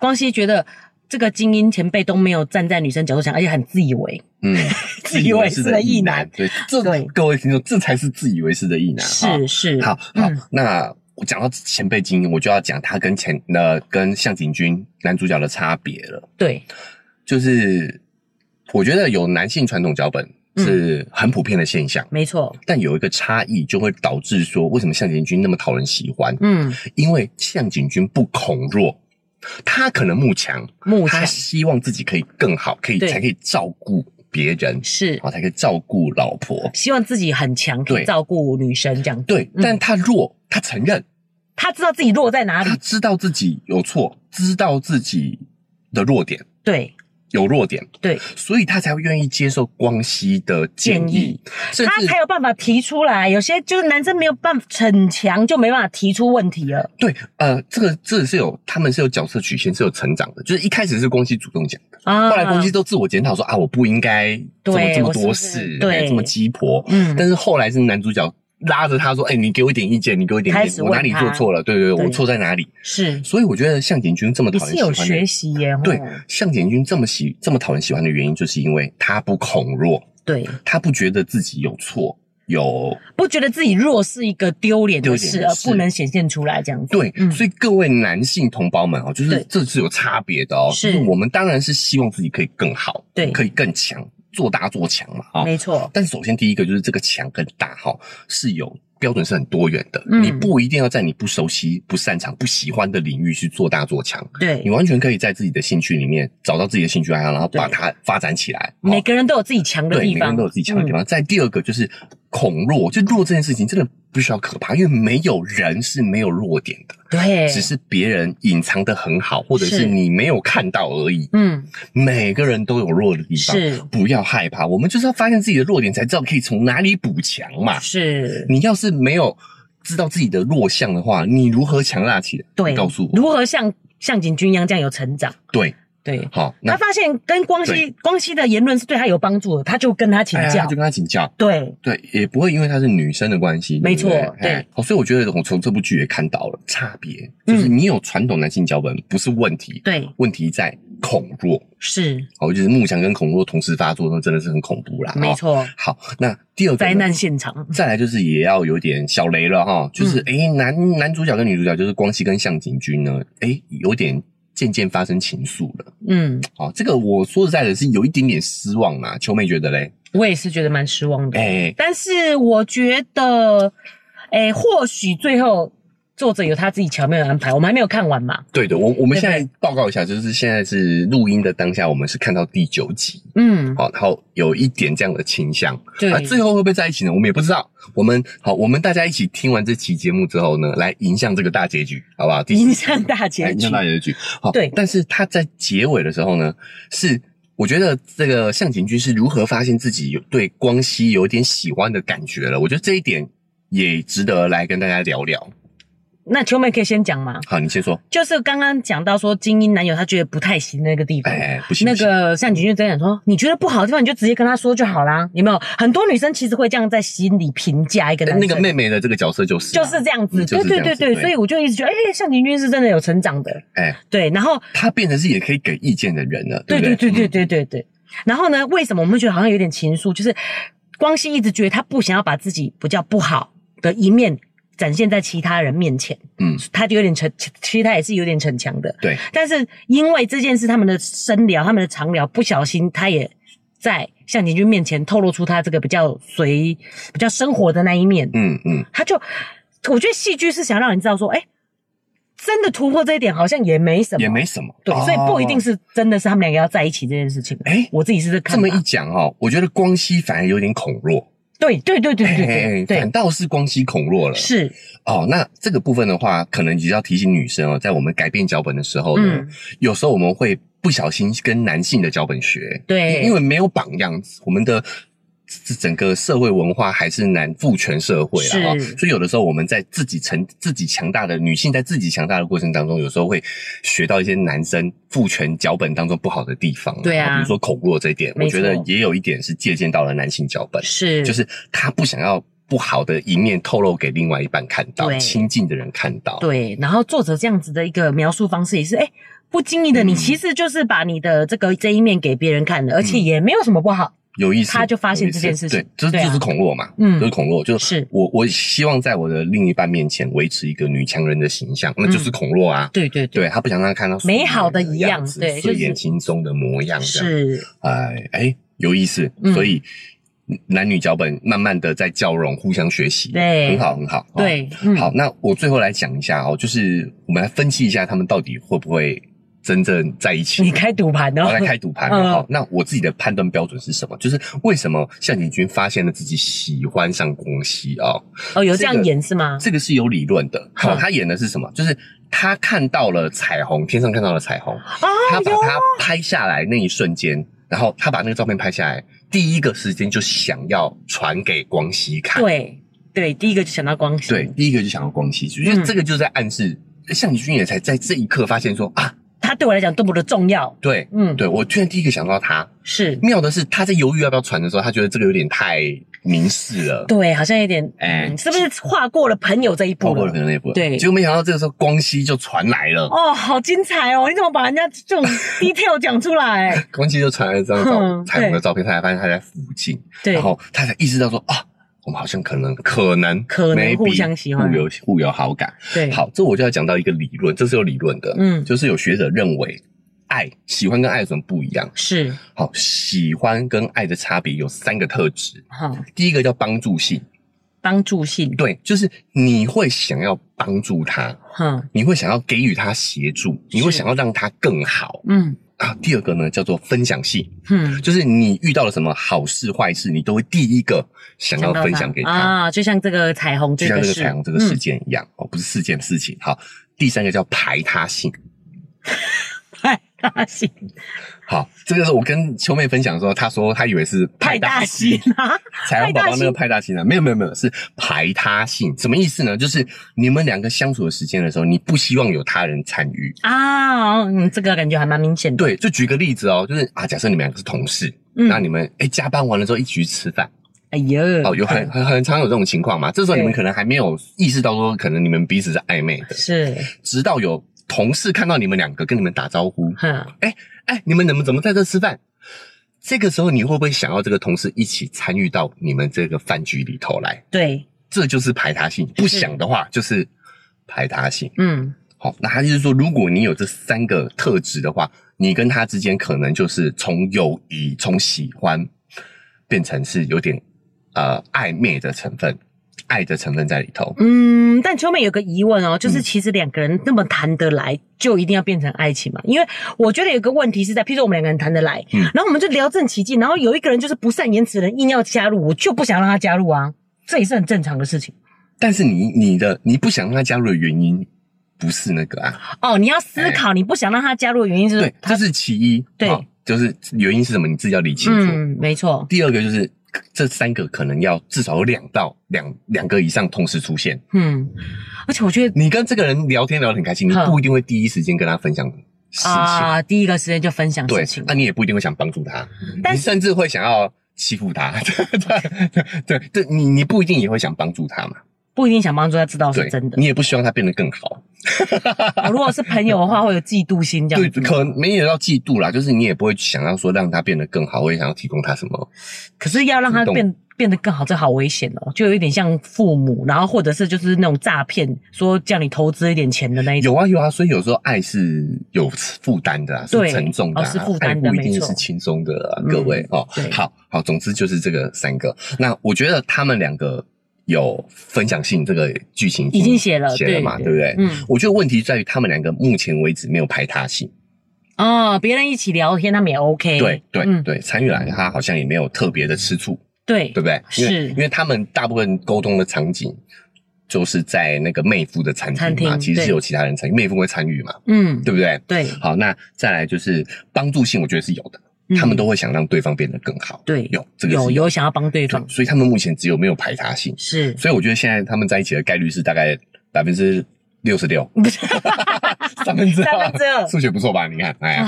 Speaker 2: 光熙觉得这个精英前辈都没有站在女生角度想，而且很自以为。
Speaker 1: 嗯，
Speaker 2: [laughs] 自以为是的意男，
Speaker 1: 对，这
Speaker 2: 对
Speaker 1: 各位听众，这才是自以为是的意男，哈
Speaker 2: 是是，
Speaker 1: 嗯好好
Speaker 2: 嗯，
Speaker 1: 那我讲到前辈精英，我就要讲他跟前呃跟向井君男主角的差别了。
Speaker 2: 对，
Speaker 1: 就是我觉得有男性传统脚本
Speaker 2: 嗯
Speaker 1: 是很普遍的现象，
Speaker 2: 没错，
Speaker 1: 但有一个差异就会导致说，为什么向井君那么讨人喜欢？
Speaker 2: 嗯，
Speaker 1: 因为向井君不恐弱，他可能慕强，
Speaker 2: 目
Speaker 1: 他
Speaker 2: 前
Speaker 1: 希望自己可以更好，可以
Speaker 2: 对
Speaker 1: 才可以照顾别人，
Speaker 2: 是
Speaker 1: 好才可以照顾老婆。
Speaker 2: 希望自己很强，可
Speaker 1: 哦对
Speaker 2: 以照顾女生这样。
Speaker 1: 对，
Speaker 2: 嗯
Speaker 1: 但他弱，他承认。
Speaker 2: 他知道自己弱在哪里
Speaker 1: 他， [laughs] 知道自己有错，知道自己的弱点
Speaker 2: 对
Speaker 1: 有弱点，
Speaker 2: 对，
Speaker 1: 所以他才会愿意接受光熙的建
Speaker 2: 建
Speaker 1: 议
Speaker 2: 议，
Speaker 1: 甚
Speaker 2: 他
Speaker 1: 至
Speaker 2: 才有办法提出来。有些就是男生没有办法逞强，就没办法提出问题了。
Speaker 1: 对呃，这个这是有他们是有角色曲线是有成长的，就是一开始是光熙主动讲的，
Speaker 2: 啊，
Speaker 1: 后来光熙都自我检讨说啊，我不应该这么
Speaker 2: 对
Speaker 1: 这么
Speaker 2: 我是
Speaker 1: 多
Speaker 2: 不是
Speaker 1: 事，
Speaker 2: 对
Speaker 1: 哎这么鸡婆，
Speaker 2: 嗯
Speaker 1: 但是后来是男主角。拉着他说：“哎、你给我一点意见，你给我一点意
Speaker 2: 开
Speaker 1: 见，
Speaker 2: 始
Speaker 1: 我哪里
Speaker 2: 问他
Speaker 1: 做错了？对对对，
Speaker 2: 对
Speaker 1: 我错在哪里？
Speaker 2: 是
Speaker 1: 所以我觉得向井君这么
Speaker 2: 也
Speaker 1: 讨人
Speaker 2: 是
Speaker 1: 喜欢
Speaker 2: 有
Speaker 1: 的
Speaker 2: 学习哦耶，吼
Speaker 1: 对，向井君这么喜这么讨人喜欢的原因，就是因为他不恐弱，
Speaker 2: 对，
Speaker 1: 他不觉得自己有错，有
Speaker 2: 不觉得自己弱是一个丢脸的
Speaker 1: 丢
Speaker 2: 事，
Speaker 1: 脸的
Speaker 2: 而
Speaker 1: 事
Speaker 2: 不能显现出来这样子。
Speaker 1: 对，
Speaker 2: 嗯
Speaker 1: 所以各位男性同胞们哦，就是
Speaker 2: 对
Speaker 1: 这是有差别的哦。
Speaker 2: 是
Speaker 1: 就我们当然是希望自己可以更好，
Speaker 2: 对
Speaker 1: 可以更强，做大做强嘛啊、哦。
Speaker 2: 没错，
Speaker 1: 但首先第一个就是这个强跟大哈、哦、是有。标准是很多元的，
Speaker 2: 嗯
Speaker 1: 你不一定要在你不熟悉、不擅长、不喜欢的领域去做大做强，你
Speaker 2: 对，
Speaker 1: 完全可以在自己的兴趣里面找到自己的兴趣爱好，然后把
Speaker 2: 对
Speaker 1: 它发展起来。哦
Speaker 2: 每个人都有自己强的
Speaker 1: 对，每
Speaker 2: 地
Speaker 1: 个人
Speaker 2: 方嗯
Speaker 1: 都，有自己强的地方。再第二个就是恐弱，就弱这件事情真的不需要可怕，因为没有人是没有弱点的，
Speaker 2: 对，
Speaker 1: 只是别人隐藏的很好，或者是
Speaker 2: 是
Speaker 1: 你没有看到而已。
Speaker 2: 嗯，
Speaker 1: 每个人都有弱的地方，
Speaker 2: 是
Speaker 1: 不要害怕，我们就是要发现自己的弱点，才知道可以从哪里补强嘛。
Speaker 2: 是，
Speaker 1: 你要是没有知道自己的弱项的话，你如何强大起来？
Speaker 2: 对，
Speaker 1: 你告诉我。
Speaker 2: 如何像像景君一样这样有成长？
Speaker 1: 对
Speaker 2: 对，
Speaker 1: 好，
Speaker 2: 他
Speaker 1: 那
Speaker 2: 发现跟光熙光熙的言论是对他有帮助的，他就跟他请
Speaker 1: 哎
Speaker 2: 教。
Speaker 1: 呀就跟他请教。
Speaker 2: 对，
Speaker 1: 对，也不会因为她是女生的关系，
Speaker 2: 没
Speaker 1: 对不对
Speaker 2: 错对
Speaker 1: 哎哦，所以我觉得我从这部剧也看到了差别，就是你有传统男性脚本不是问题，
Speaker 2: 嗯对，
Speaker 1: 问题在恐弱，
Speaker 2: 是
Speaker 1: 哦，就是慕强跟恐弱同时发作，那真的是很恐怖啦，
Speaker 2: 没
Speaker 1: 哦。
Speaker 2: 错，
Speaker 1: 好，那第二个呢
Speaker 2: 灾难现场。
Speaker 1: 再来就是也要有点小雷了哈，就是诶、男男主角跟女主角就是光熙跟向井君呢，诶、有点渐渐发生情愫了。
Speaker 2: 嗯，
Speaker 1: 哦，这个我说实在的是有一点点失望啦，秋妹觉得嘞，
Speaker 2: 我也是觉得蛮失望的。
Speaker 1: 诶、
Speaker 2: 但是我觉得，哎、或许最后作者有他自己巧妙的安排，我们还没有看完嘛。
Speaker 1: 对的，我我们
Speaker 2: 对
Speaker 1: 现在报告一下，就是现在是录音的当下，我们是看到第九集，哦
Speaker 2: 嗯，
Speaker 1: 好，然后有一点这样的倾向，
Speaker 2: 对，
Speaker 1: 啊，最后会不会在一起呢？我们也不知道。我们好，我们大家一起听完这期节目之后呢，来迎向这个大结局，好不好？第
Speaker 2: [laughs] 影响大
Speaker 1: 哎来
Speaker 2: 结
Speaker 1: 迎
Speaker 2: 局
Speaker 1: 向。大结局，好，
Speaker 2: 对
Speaker 1: 但是他在结尾的时候呢，是我觉得这个向井君是如何发现自己有对光熙有点喜欢的感觉了，我觉得这一点也值得来跟大家聊聊。
Speaker 2: 那秋妹可以先讲嘛，
Speaker 1: 好，你先说。
Speaker 2: 就是刚刚讲到说精英男友他觉得不太行的那个地方。
Speaker 1: 哎，不行，
Speaker 2: 那
Speaker 1: 不行
Speaker 2: 个善景就真的讲说，你觉得不好的地方，你就直接跟他说就好啦，有没有？很多女生其实会这样在心里评价一个男
Speaker 1: 哎那
Speaker 2: 生，
Speaker 1: 个妹妹的这个角色就是啊、
Speaker 2: 就是这样子，
Speaker 1: 嗯就
Speaker 2: 对
Speaker 1: 是这
Speaker 2: 对
Speaker 1: 样
Speaker 2: 对
Speaker 1: 子
Speaker 2: 对，
Speaker 1: 对
Speaker 2: 所以我就一直觉得，哎、向井君是真的有成长的，
Speaker 1: 哎，
Speaker 2: 对。然后
Speaker 1: 她变成是也可以给意见的人了，
Speaker 2: 对
Speaker 1: 不
Speaker 2: 对
Speaker 1: 对嗯
Speaker 2: 对对对对对。然后呢，为什么我们觉得好像有点情愫？就是光熙一直觉得他不想要把自己比较不好的一面展现在其他人面前，
Speaker 1: 嗯，
Speaker 2: 他就有点逞，其实他也是有点逞强的。
Speaker 1: 对，
Speaker 2: 但是因为这件事，他们的深聊、他们的长聊，不小心他也在向景君面前透露出他这个比较随、比较生活的那一面。
Speaker 1: 嗯嗯。
Speaker 2: 他就，我觉得戏剧是想让你知道说，哎、真的突破这一点好像也没什么，
Speaker 1: 也没什么，
Speaker 2: 对，
Speaker 1: 哦
Speaker 2: 所以不一定。是真的是他们两个要在一起这件事情。
Speaker 1: 哎
Speaker 2: 我自己是这
Speaker 1: 这
Speaker 2: 看
Speaker 1: 么
Speaker 2: 法
Speaker 1: 一。讲哦，我觉得光熙反而有点恐弱，
Speaker 2: 对对对对对
Speaker 1: 哎
Speaker 2: 对
Speaker 1: 反
Speaker 2: 对，
Speaker 1: 倒是光熙恐弱了。
Speaker 2: 是，
Speaker 1: 哦，那这个部分的话，可能也要提醒女生哦，在我们改变脚本的时候呢，
Speaker 2: 嗯
Speaker 1: 有时候我们会不小心跟男性的脚本学，
Speaker 2: 对
Speaker 1: 因因为没有榜样，我们的。整个社会文化还是男父权社会啦，哦
Speaker 2: 是
Speaker 1: 所以有的时候我们在自己成自己强大的女性在自己强大的过程当中，有时候会学到一些男生父权脚本当中不好的地方，哦
Speaker 2: 对啊
Speaker 1: 比如说恐弱这一点，我
Speaker 2: 没
Speaker 1: 觉
Speaker 2: 错
Speaker 1: 得也有一点是借鉴到了男性脚本，
Speaker 2: 是，
Speaker 1: 就是他不想要不好的一面透露给另外一半看到，
Speaker 2: 对
Speaker 1: 亲近的人看到，
Speaker 2: 对。然后作者这样子的一个描述方式也是，哎，不经意的你
Speaker 1: 嗯
Speaker 2: 其实就是把你的这个这一面给别人看的，而且也没有什么不好。
Speaker 1: 有意思，
Speaker 2: 他就发现
Speaker 1: 有意思
Speaker 2: 这件事情
Speaker 1: 对，这
Speaker 2: 对啊
Speaker 1: 就是恐弱嘛，
Speaker 2: 嗯
Speaker 1: 就是恐弱，就是我我希望在我的另一半面前维持一个女强人的形象，那就是恐弱啊，
Speaker 2: 对对对，
Speaker 1: 对他不想让他看到
Speaker 2: 嗯美好的一
Speaker 1: 一
Speaker 2: 样对就是
Speaker 1: 睡眼惺忪的模样，这样，
Speaker 2: 是，
Speaker 1: 哎哎，有意思
Speaker 2: 嗯，
Speaker 1: 所以男女脚本慢慢的在交融，互相学习，
Speaker 2: 对
Speaker 1: 很好很好，哦。
Speaker 2: 对，嗯
Speaker 1: 好，那我最后来讲一下哦，就是我们来分析一下他们到底会不会真正在一起。
Speaker 2: 你开赌盘哦
Speaker 1: 我，来开赌盘
Speaker 2: 嗯
Speaker 1: 了哈。那我自己的判断标准是什么？就是为什么向井君发现了自己喜欢上宫西啊？
Speaker 2: 哦，有这样
Speaker 1: 这个
Speaker 2: 演是吗？
Speaker 1: 这个是有理论的。好，
Speaker 2: 嗯
Speaker 1: 他演的是什么？就是他看到了彩虹，天上看到了彩虹，
Speaker 2: 啊，
Speaker 1: 他把
Speaker 2: 有
Speaker 1: 它拍下来那一瞬间，然后他把那个照片拍下来，第一个时间就想要传给光熙看。
Speaker 2: 对对，第一个就想到光熙，
Speaker 1: 对，，第一个就想要光熙，因为
Speaker 2: 嗯
Speaker 1: 这个就在暗示向井君也才在这一刻发现说啊，
Speaker 2: 他对我来讲多么的重要，
Speaker 1: 对。
Speaker 2: 嗯，
Speaker 1: 对，我居然第一个想到他，
Speaker 2: 是，
Speaker 1: 妙的是，他在犹豫要不要传的时候，他觉得这个有点太明示了，
Speaker 2: 对，好像有点，
Speaker 1: 哎
Speaker 2: 嗯，是不是跨过了朋友这一
Speaker 1: 透
Speaker 2: 步
Speaker 1: 过了
Speaker 2: 了
Speaker 1: 可？能那部分。
Speaker 2: 对
Speaker 1: 结果没想到这个时候光熙就传来了，
Speaker 2: 哦，好精彩哦！你怎么把人家
Speaker 1: [laughs]
Speaker 2: 这种 detail 讲出来？
Speaker 1: 光熙就传来了这张照
Speaker 2: 哼
Speaker 1: 彩虹
Speaker 2: 对
Speaker 1: 的照片，他才发现他在附近，
Speaker 2: 嗯对
Speaker 1: 然，后他才意识到说啊，我们好像可能可能
Speaker 2: 可能
Speaker 1: maybe
Speaker 2: 互相喜欢
Speaker 1: 互有互有好感。
Speaker 2: 对，，
Speaker 1: 好，这我就要讲到一个理论，这是有理论的，
Speaker 2: 嗯
Speaker 1: 就是有学者认为。爱喜欢跟爱有什么不一样？
Speaker 2: 是，
Speaker 1: 好，喜欢跟爱的差别有三个特质。
Speaker 2: 好，
Speaker 1: 第一个叫帮助性，
Speaker 2: 帮助性，
Speaker 1: 对，就是你会想要帮助他，
Speaker 2: 哼，
Speaker 1: 你会想要给予他协助，你会
Speaker 2: 是
Speaker 1: 想要让他更好
Speaker 2: 嗯
Speaker 1: 啊。第二个呢，叫做分享性，
Speaker 2: 哼，
Speaker 1: 就是你遇到了什么好事坏事，你都会第一个想要
Speaker 2: 到
Speaker 1: 分
Speaker 2: 他
Speaker 1: 享给他，
Speaker 2: 啊，就像这个彩虹
Speaker 1: 就像这
Speaker 2: 这个嗯
Speaker 1: 个
Speaker 2: 事，
Speaker 1: 彩虹这个事件一样、哦，不是事件事情。好，第三个叫排他性， [laughs]
Speaker 2: 嗯，派大星，
Speaker 1: 好，这个是我跟秋妹分享的时候，她说她以为是
Speaker 2: 派大星啊，
Speaker 1: 彩虹宝宝那个派大星啊，没有没有没有，是排他性，什么意思呢？就是你们两个相处的时间的时候，你不希望有他人参与。
Speaker 2: 啊，嗯，这个感觉还蛮明显的。
Speaker 1: 对，就举个例子哦，就是啊，假设你们两个是同事，
Speaker 2: 嗯
Speaker 1: 那你们哎、加班完了之后一起去吃饭，
Speaker 2: 哎呦，
Speaker 1: 哦，有很很很常有这种情况嘛。这时候你们
Speaker 2: 对
Speaker 1: 可能还没有意识到说，可能你们彼此是暧昧的，
Speaker 2: 是，
Speaker 1: 直到有同事看到你们两个跟你们打招呼，
Speaker 2: 哼，
Speaker 1: 哎，你们怎么怎么在这吃饭？这个时候你会不会想要这个同事一起参与到你们这个饭局里头来？
Speaker 2: 对，
Speaker 1: 这就是排他性，不想的话就是排他性。
Speaker 2: 嗯，
Speaker 1: 好，那他就是说，如果你有这三个特质的话，你跟他之间可能就是从友谊、从喜欢，变成是有点呃暧昧的成分、爱的成分在里头。
Speaker 2: 嗯，但秋妹有个疑问哦，就是
Speaker 1: 嗯
Speaker 2: 其实两个人那么谈得来，就一定要变成爱情嘛？因为我觉得有个问题是在，譬如说我们两个人谈得来，
Speaker 1: 嗯
Speaker 2: 然后我们就聊正其境，然后有一个人就是不善言辞的人硬要加入，我就不想让他加入啊，这也是很正常的事情
Speaker 1: 但是你你的你不想让他加入的原因不是那个啊，
Speaker 2: 哦。你要思考，你不想让他加入的原因是
Speaker 1: 对，这是其一。
Speaker 2: 嗯对
Speaker 1: 好就是原因是什么，你自己要理清楚。
Speaker 2: 嗯，没错，
Speaker 1: 第二个就是这三个可能要至少有两到两两个以上同时出现。
Speaker 2: 嗯，而且我觉得
Speaker 1: 你跟这个人聊天聊得很开心，你
Speaker 2: 哼
Speaker 1: 不一定会第一时间跟他分享事情，
Speaker 2: 啊，第一个时间就分享
Speaker 1: 对
Speaker 2: 事情，，
Speaker 1: 那、你也不一定会想帮助他，
Speaker 2: 但
Speaker 1: 你
Speaker 2: 是
Speaker 1: 甚至会想要欺负
Speaker 2: [laughs]
Speaker 1: 他， [laughs] 对对对，你你不一定也会想帮助他嘛，
Speaker 2: 不一定想帮助他知道哦是
Speaker 1: 对
Speaker 2: 真，的。
Speaker 1: 你也不希望他变得更好，
Speaker 2: 哦如果是朋友
Speaker 1: [laughs]
Speaker 2: 的话，会有嫉妒心这
Speaker 1: 对，
Speaker 2: 样子。
Speaker 1: 可能没有到嫉妒啦，就是你也不会想要说让他变得更好，我也想要提供他什么，
Speaker 2: 可是要让他
Speaker 1: 主动
Speaker 2: 变变得更好，这好危险哦，就有一点像父母，然后或者是就是那种诈骗，说叫你投资一点钱的那一种。
Speaker 1: 有啊有啊，所以有时候爱是有负担的、啊，是
Speaker 2: 对
Speaker 1: 沉重的、啊
Speaker 2: 哦是负担的
Speaker 1: 爱不一
Speaker 2: 没
Speaker 1: 定
Speaker 2: 错
Speaker 1: 是轻松的、啊
Speaker 2: 嗯，
Speaker 1: 各位、哦
Speaker 2: 对，
Speaker 1: 好好，总之就是这个三个，那我觉得他们两个。有分享性这个剧情
Speaker 2: 已经写了，
Speaker 1: 写了嘛，对不对？
Speaker 2: 嗯，
Speaker 1: 我觉得问题在于他们两个目前为止没有排他性，
Speaker 2: 哦，别人一起聊天，他们也 OK。
Speaker 1: 对对、
Speaker 2: 嗯
Speaker 1: 对，参与来他好像也没有特别的吃醋，
Speaker 2: 对
Speaker 1: 对不对？因为
Speaker 2: 是
Speaker 1: 因为他们大部分沟通的场景就是在那个妹夫的餐
Speaker 2: 餐
Speaker 1: 厅嘛，
Speaker 2: 厅
Speaker 1: 其实是
Speaker 2: 对
Speaker 1: 有其他人参与，妹夫会参与嘛，
Speaker 2: 嗯，
Speaker 1: 对不对？
Speaker 2: 对，
Speaker 1: 好，那再来就是帮助性，我觉得是有的，
Speaker 2: 嗯
Speaker 1: 他们都会想让对方变得更好，
Speaker 2: 对
Speaker 1: 有这个是有
Speaker 2: 有有想要帮对
Speaker 1: 对
Speaker 2: 方，
Speaker 1: 所以他们目前只有没有排他性，
Speaker 2: 是
Speaker 1: 所以我觉得现在他们在一起的概率是大概百分之六十
Speaker 2: [laughs]
Speaker 1: 六，三分之二，
Speaker 2: 三分之二
Speaker 1: 数学不错吧？你看，哎呀，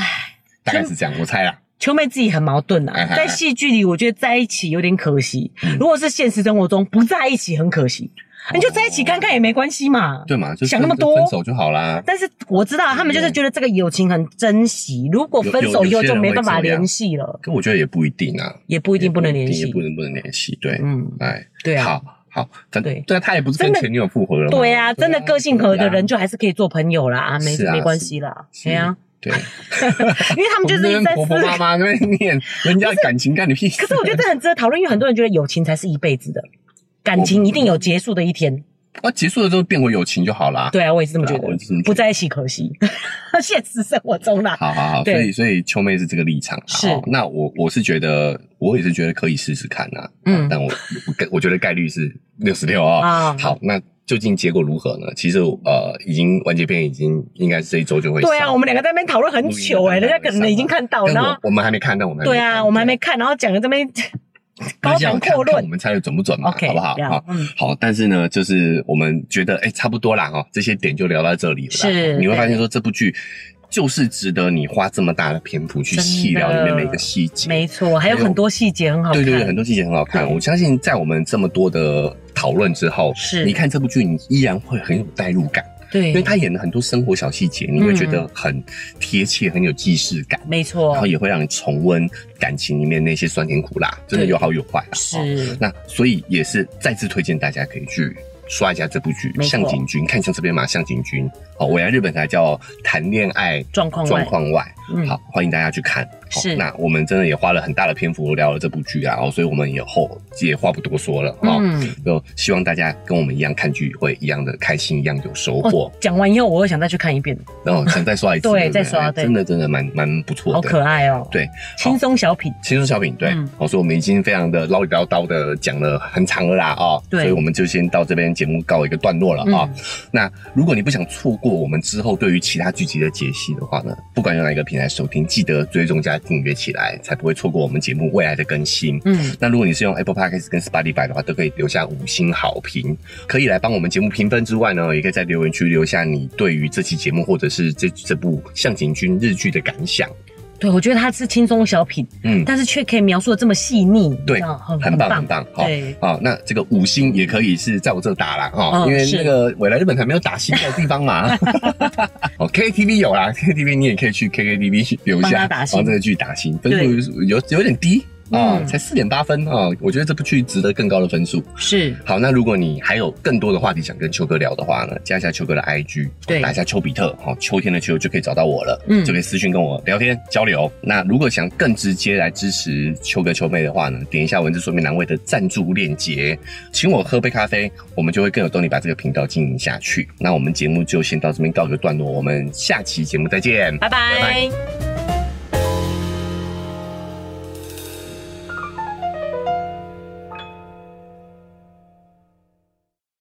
Speaker 1: 大概是这样，我猜啦。
Speaker 2: 秋妹自己很矛盾
Speaker 1: 哎
Speaker 2: 啊，
Speaker 1: 哎哎
Speaker 2: 在戏剧里我觉得在一起有点可惜，
Speaker 1: 嗯
Speaker 2: 如果是现实生活中不在一起很可惜，你就在一起看看也没关系嘛。
Speaker 1: 对哦嘛，就
Speaker 2: 想
Speaker 1: 分
Speaker 2: 那么多
Speaker 1: 分手就好啦。
Speaker 2: 但是我知道他们就是觉得这个友情很珍惜，如果分手以后就没办法联系了，
Speaker 1: 可我觉得也不一定啊，
Speaker 2: 也不一定不能联
Speaker 1: 也
Speaker 2: 系
Speaker 1: 不。能不能联系。对，
Speaker 2: 嗯，
Speaker 1: 哎，
Speaker 2: 对啊，
Speaker 1: 好好，但
Speaker 2: 对
Speaker 1: 对啊，他也不是跟
Speaker 2: 真的
Speaker 1: 前女友复合了嘛。
Speaker 2: 对啊，真的个性合的人
Speaker 1: 就
Speaker 2: 就还是可以做朋友啦，啊没
Speaker 1: 是啊
Speaker 2: 没关系啦，
Speaker 1: 是
Speaker 2: 对
Speaker 1: [laughs]
Speaker 2: 啊，
Speaker 1: 对，
Speaker 2: 因为他
Speaker 1: 他
Speaker 2: 们就是一直在
Speaker 1: 婆
Speaker 2: 思
Speaker 1: 婆妈
Speaker 2: 考。
Speaker 1: 妈那边念人家的感情干你屁事。
Speaker 2: [laughs] 可是我觉得这很值得讨论，因为很多人觉得友情才是一辈子的，感情一定有结束的一天。
Speaker 1: 啊，结束了之后变回友情就好啦。，
Speaker 2: 对啊，我也是这么觉
Speaker 1: 对啊我也是这
Speaker 2: 得
Speaker 1: 么觉，得
Speaker 2: 不在一起可惜。现实生活中啦，
Speaker 1: 好好好，所
Speaker 2: 对
Speaker 1: 以所以秋妹是这个立场啊。
Speaker 2: 是
Speaker 1: 哦那我我是觉得，我也是觉得可以试试看啊。
Speaker 2: 嗯
Speaker 1: 嗯，但我我跟我觉得概率是六十六啊。
Speaker 2: 啊，
Speaker 1: 好，那究竟结果如何呢？其实呃，已经完结篇已经应该是这一周就会上。
Speaker 2: 对啊，我们两个在那边讨论很久哎，
Speaker 1: 录音
Speaker 2: 人家
Speaker 1: 的
Speaker 2: 可能已经看到，
Speaker 1: 但
Speaker 2: 然后
Speaker 1: 我我们还没看，但我们还没
Speaker 2: 对啊，
Speaker 1: 看
Speaker 2: 我们还没看，然后讲的这边高
Speaker 1: 那这样
Speaker 2: 谈
Speaker 1: 看
Speaker 2: 阔
Speaker 1: 看我
Speaker 2: 论。
Speaker 1: 们猜的准不准嘛
Speaker 2: OK，
Speaker 1: 好不好？
Speaker 2: 这样
Speaker 1: 好
Speaker 2: 嗯，
Speaker 1: 好，但是呢，就是我们觉得哎、差不多啦哈，这些点就聊到这里了啦。
Speaker 2: 是
Speaker 1: 你会发现说这部剧就是值得你花这么大的篇幅去细聊里面每个细节。
Speaker 2: 没错，还有
Speaker 1: 还有
Speaker 2: 很多细节很好看。
Speaker 1: 对对对，很多细节很好看。
Speaker 2: 对
Speaker 1: 我相信在我们这么多的讨论之后，
Speaker 2: 是
Speaker 1: 你看这部剧，你依然会很有代入感，
Speaker 2: 对嗯
Speaker 1: 因为他演的很多生活小细节，你会觉得很贴切，很有既视感。
Speaker 2: 没
Speaker 1: 然
Speaker 2: 错
Speaker 1: 后，也会让你重温感情里面那些酸甜苦辣，真的
Speaker 2: 对
Speaker 1: 有好有坏啦。哦
Speaker 2: 是
Speaker 1: 那所以也是再次推荐大家可以去刷一下这部剧
Speaker 2: 没
Speaker 1: 《
Speaker 2: 错
Speaker 1: 向井君》，看像这边嘛，《向井君》哦，我来日本才叫《谈恋爱
Speaker 2: 状况
Speaker 1: 状
Speaker 2: 外，
Speaker 1: 况外》
Speaker 2: 嗯
Speaker 1: 好，欢迎大家去看。好
Speaker 2: 是
Speaker 1: 那我们真的也花了很大的篇幅聊了这部剧啊，哦，所以我们以后也话不多说了哦。
Speaker 2: 嗯，
Speaker 1: 就希望大家跟我们一样看剧会一样的开心，一样有收获
Speaker 2: 哦。，讲完以后我又想再去看一遍，
Speaker 1: 然后想再刷一次，
Speaker 2: [laughs] 对
Speaker 1: 不
Speaker 2: 再刷
Speaker 1: 哎
Speaker 2: 对
Speaker 1: 真的真的蛮蛮不错的。
Speaker 2: 好可爱哦。
Speaker 1: 对，好
Speaker 2: 轻松小品，
Speaker 1: 轻松小品，对，哦
Speaker 2: 嗯
Speaker 1: 好、所以我们已经非常的唠里唠叨的讲了很长了啦啊、哦，
Speaker 2: 对
Speaker 1: 所以我们就先到这边节目告一个段落了啊、
Speaker 2: 嗯
Speaker 1: 那如果你不想错过我们之后对于其他剧集的解析的话呢，不管用哪一个平台收听，记得追踪加家订阅起来，才不会错过我们节目未来的更新。
Speaker 2: 嗯，
Speaker 1: 那如果你是用 Apple Podcast 跟 Spotify 的话，都可以留下五星好评，可以来帮我们节目评分之外呢，也可以在留言区留下你对于这期节目或者是这这部向井君日剧的感想。
Speaker 2: 哦对，我觉得它是轻松小品，
Speaker 1: 嗯，
Speaker 2: 但是却可以描述的这么细腻，
Speaker 1: 对
Speaker 2: 你知道很
Speaker 1: 很棒很棒，好
Speaker 2: 对，
Speaker 1: 啊、那这个五星也可以是在我这打啦，哦，
Speaker 2: 嗯
Speaker 1: 因为
Speaker 2: 是
Speaker 1: 那个未来日本还没有打星的地方嘛。
Speaker 2: [laughs]
Speaker 1: 哦，KTV 有啦，KTV 你也可以去 KKTV 留
Speaker 2: 帮
Speaker 1: 下，
Speaker 2: 他打星
Speaker 1: 帮这个剧打星，分数有有点低。啊、
Speaker 2: 嗯
Speaker 1: 才四点八分啊、哦我觉得这部剧值得更高的分数。
Speaker 2: 是
Speaker 1: 好，那如果你还有更多的话题想跟秋哥聊的话呢，加一下秋哥的 IG，
Speaker 2: 对
Speaker 1: 打一下丘比特，好、秋天的秋就可以找到我了，
Speaker 2: 嗯
Speaker 1: 就可以私讯跟我聊天交流。那如果想更直接来支持秋哥秋妹的话呢，点一下文字说明栏位的赞助链接，请我喝杯咖啡，我们就会更有动力把这个频道经营下去。那我们节目就先到这边告一个段落，我们下期节目再见，
Speaker 2: 拜
Speaker 1: 拜
Speaker 2: 拜
Speaker 1: 拜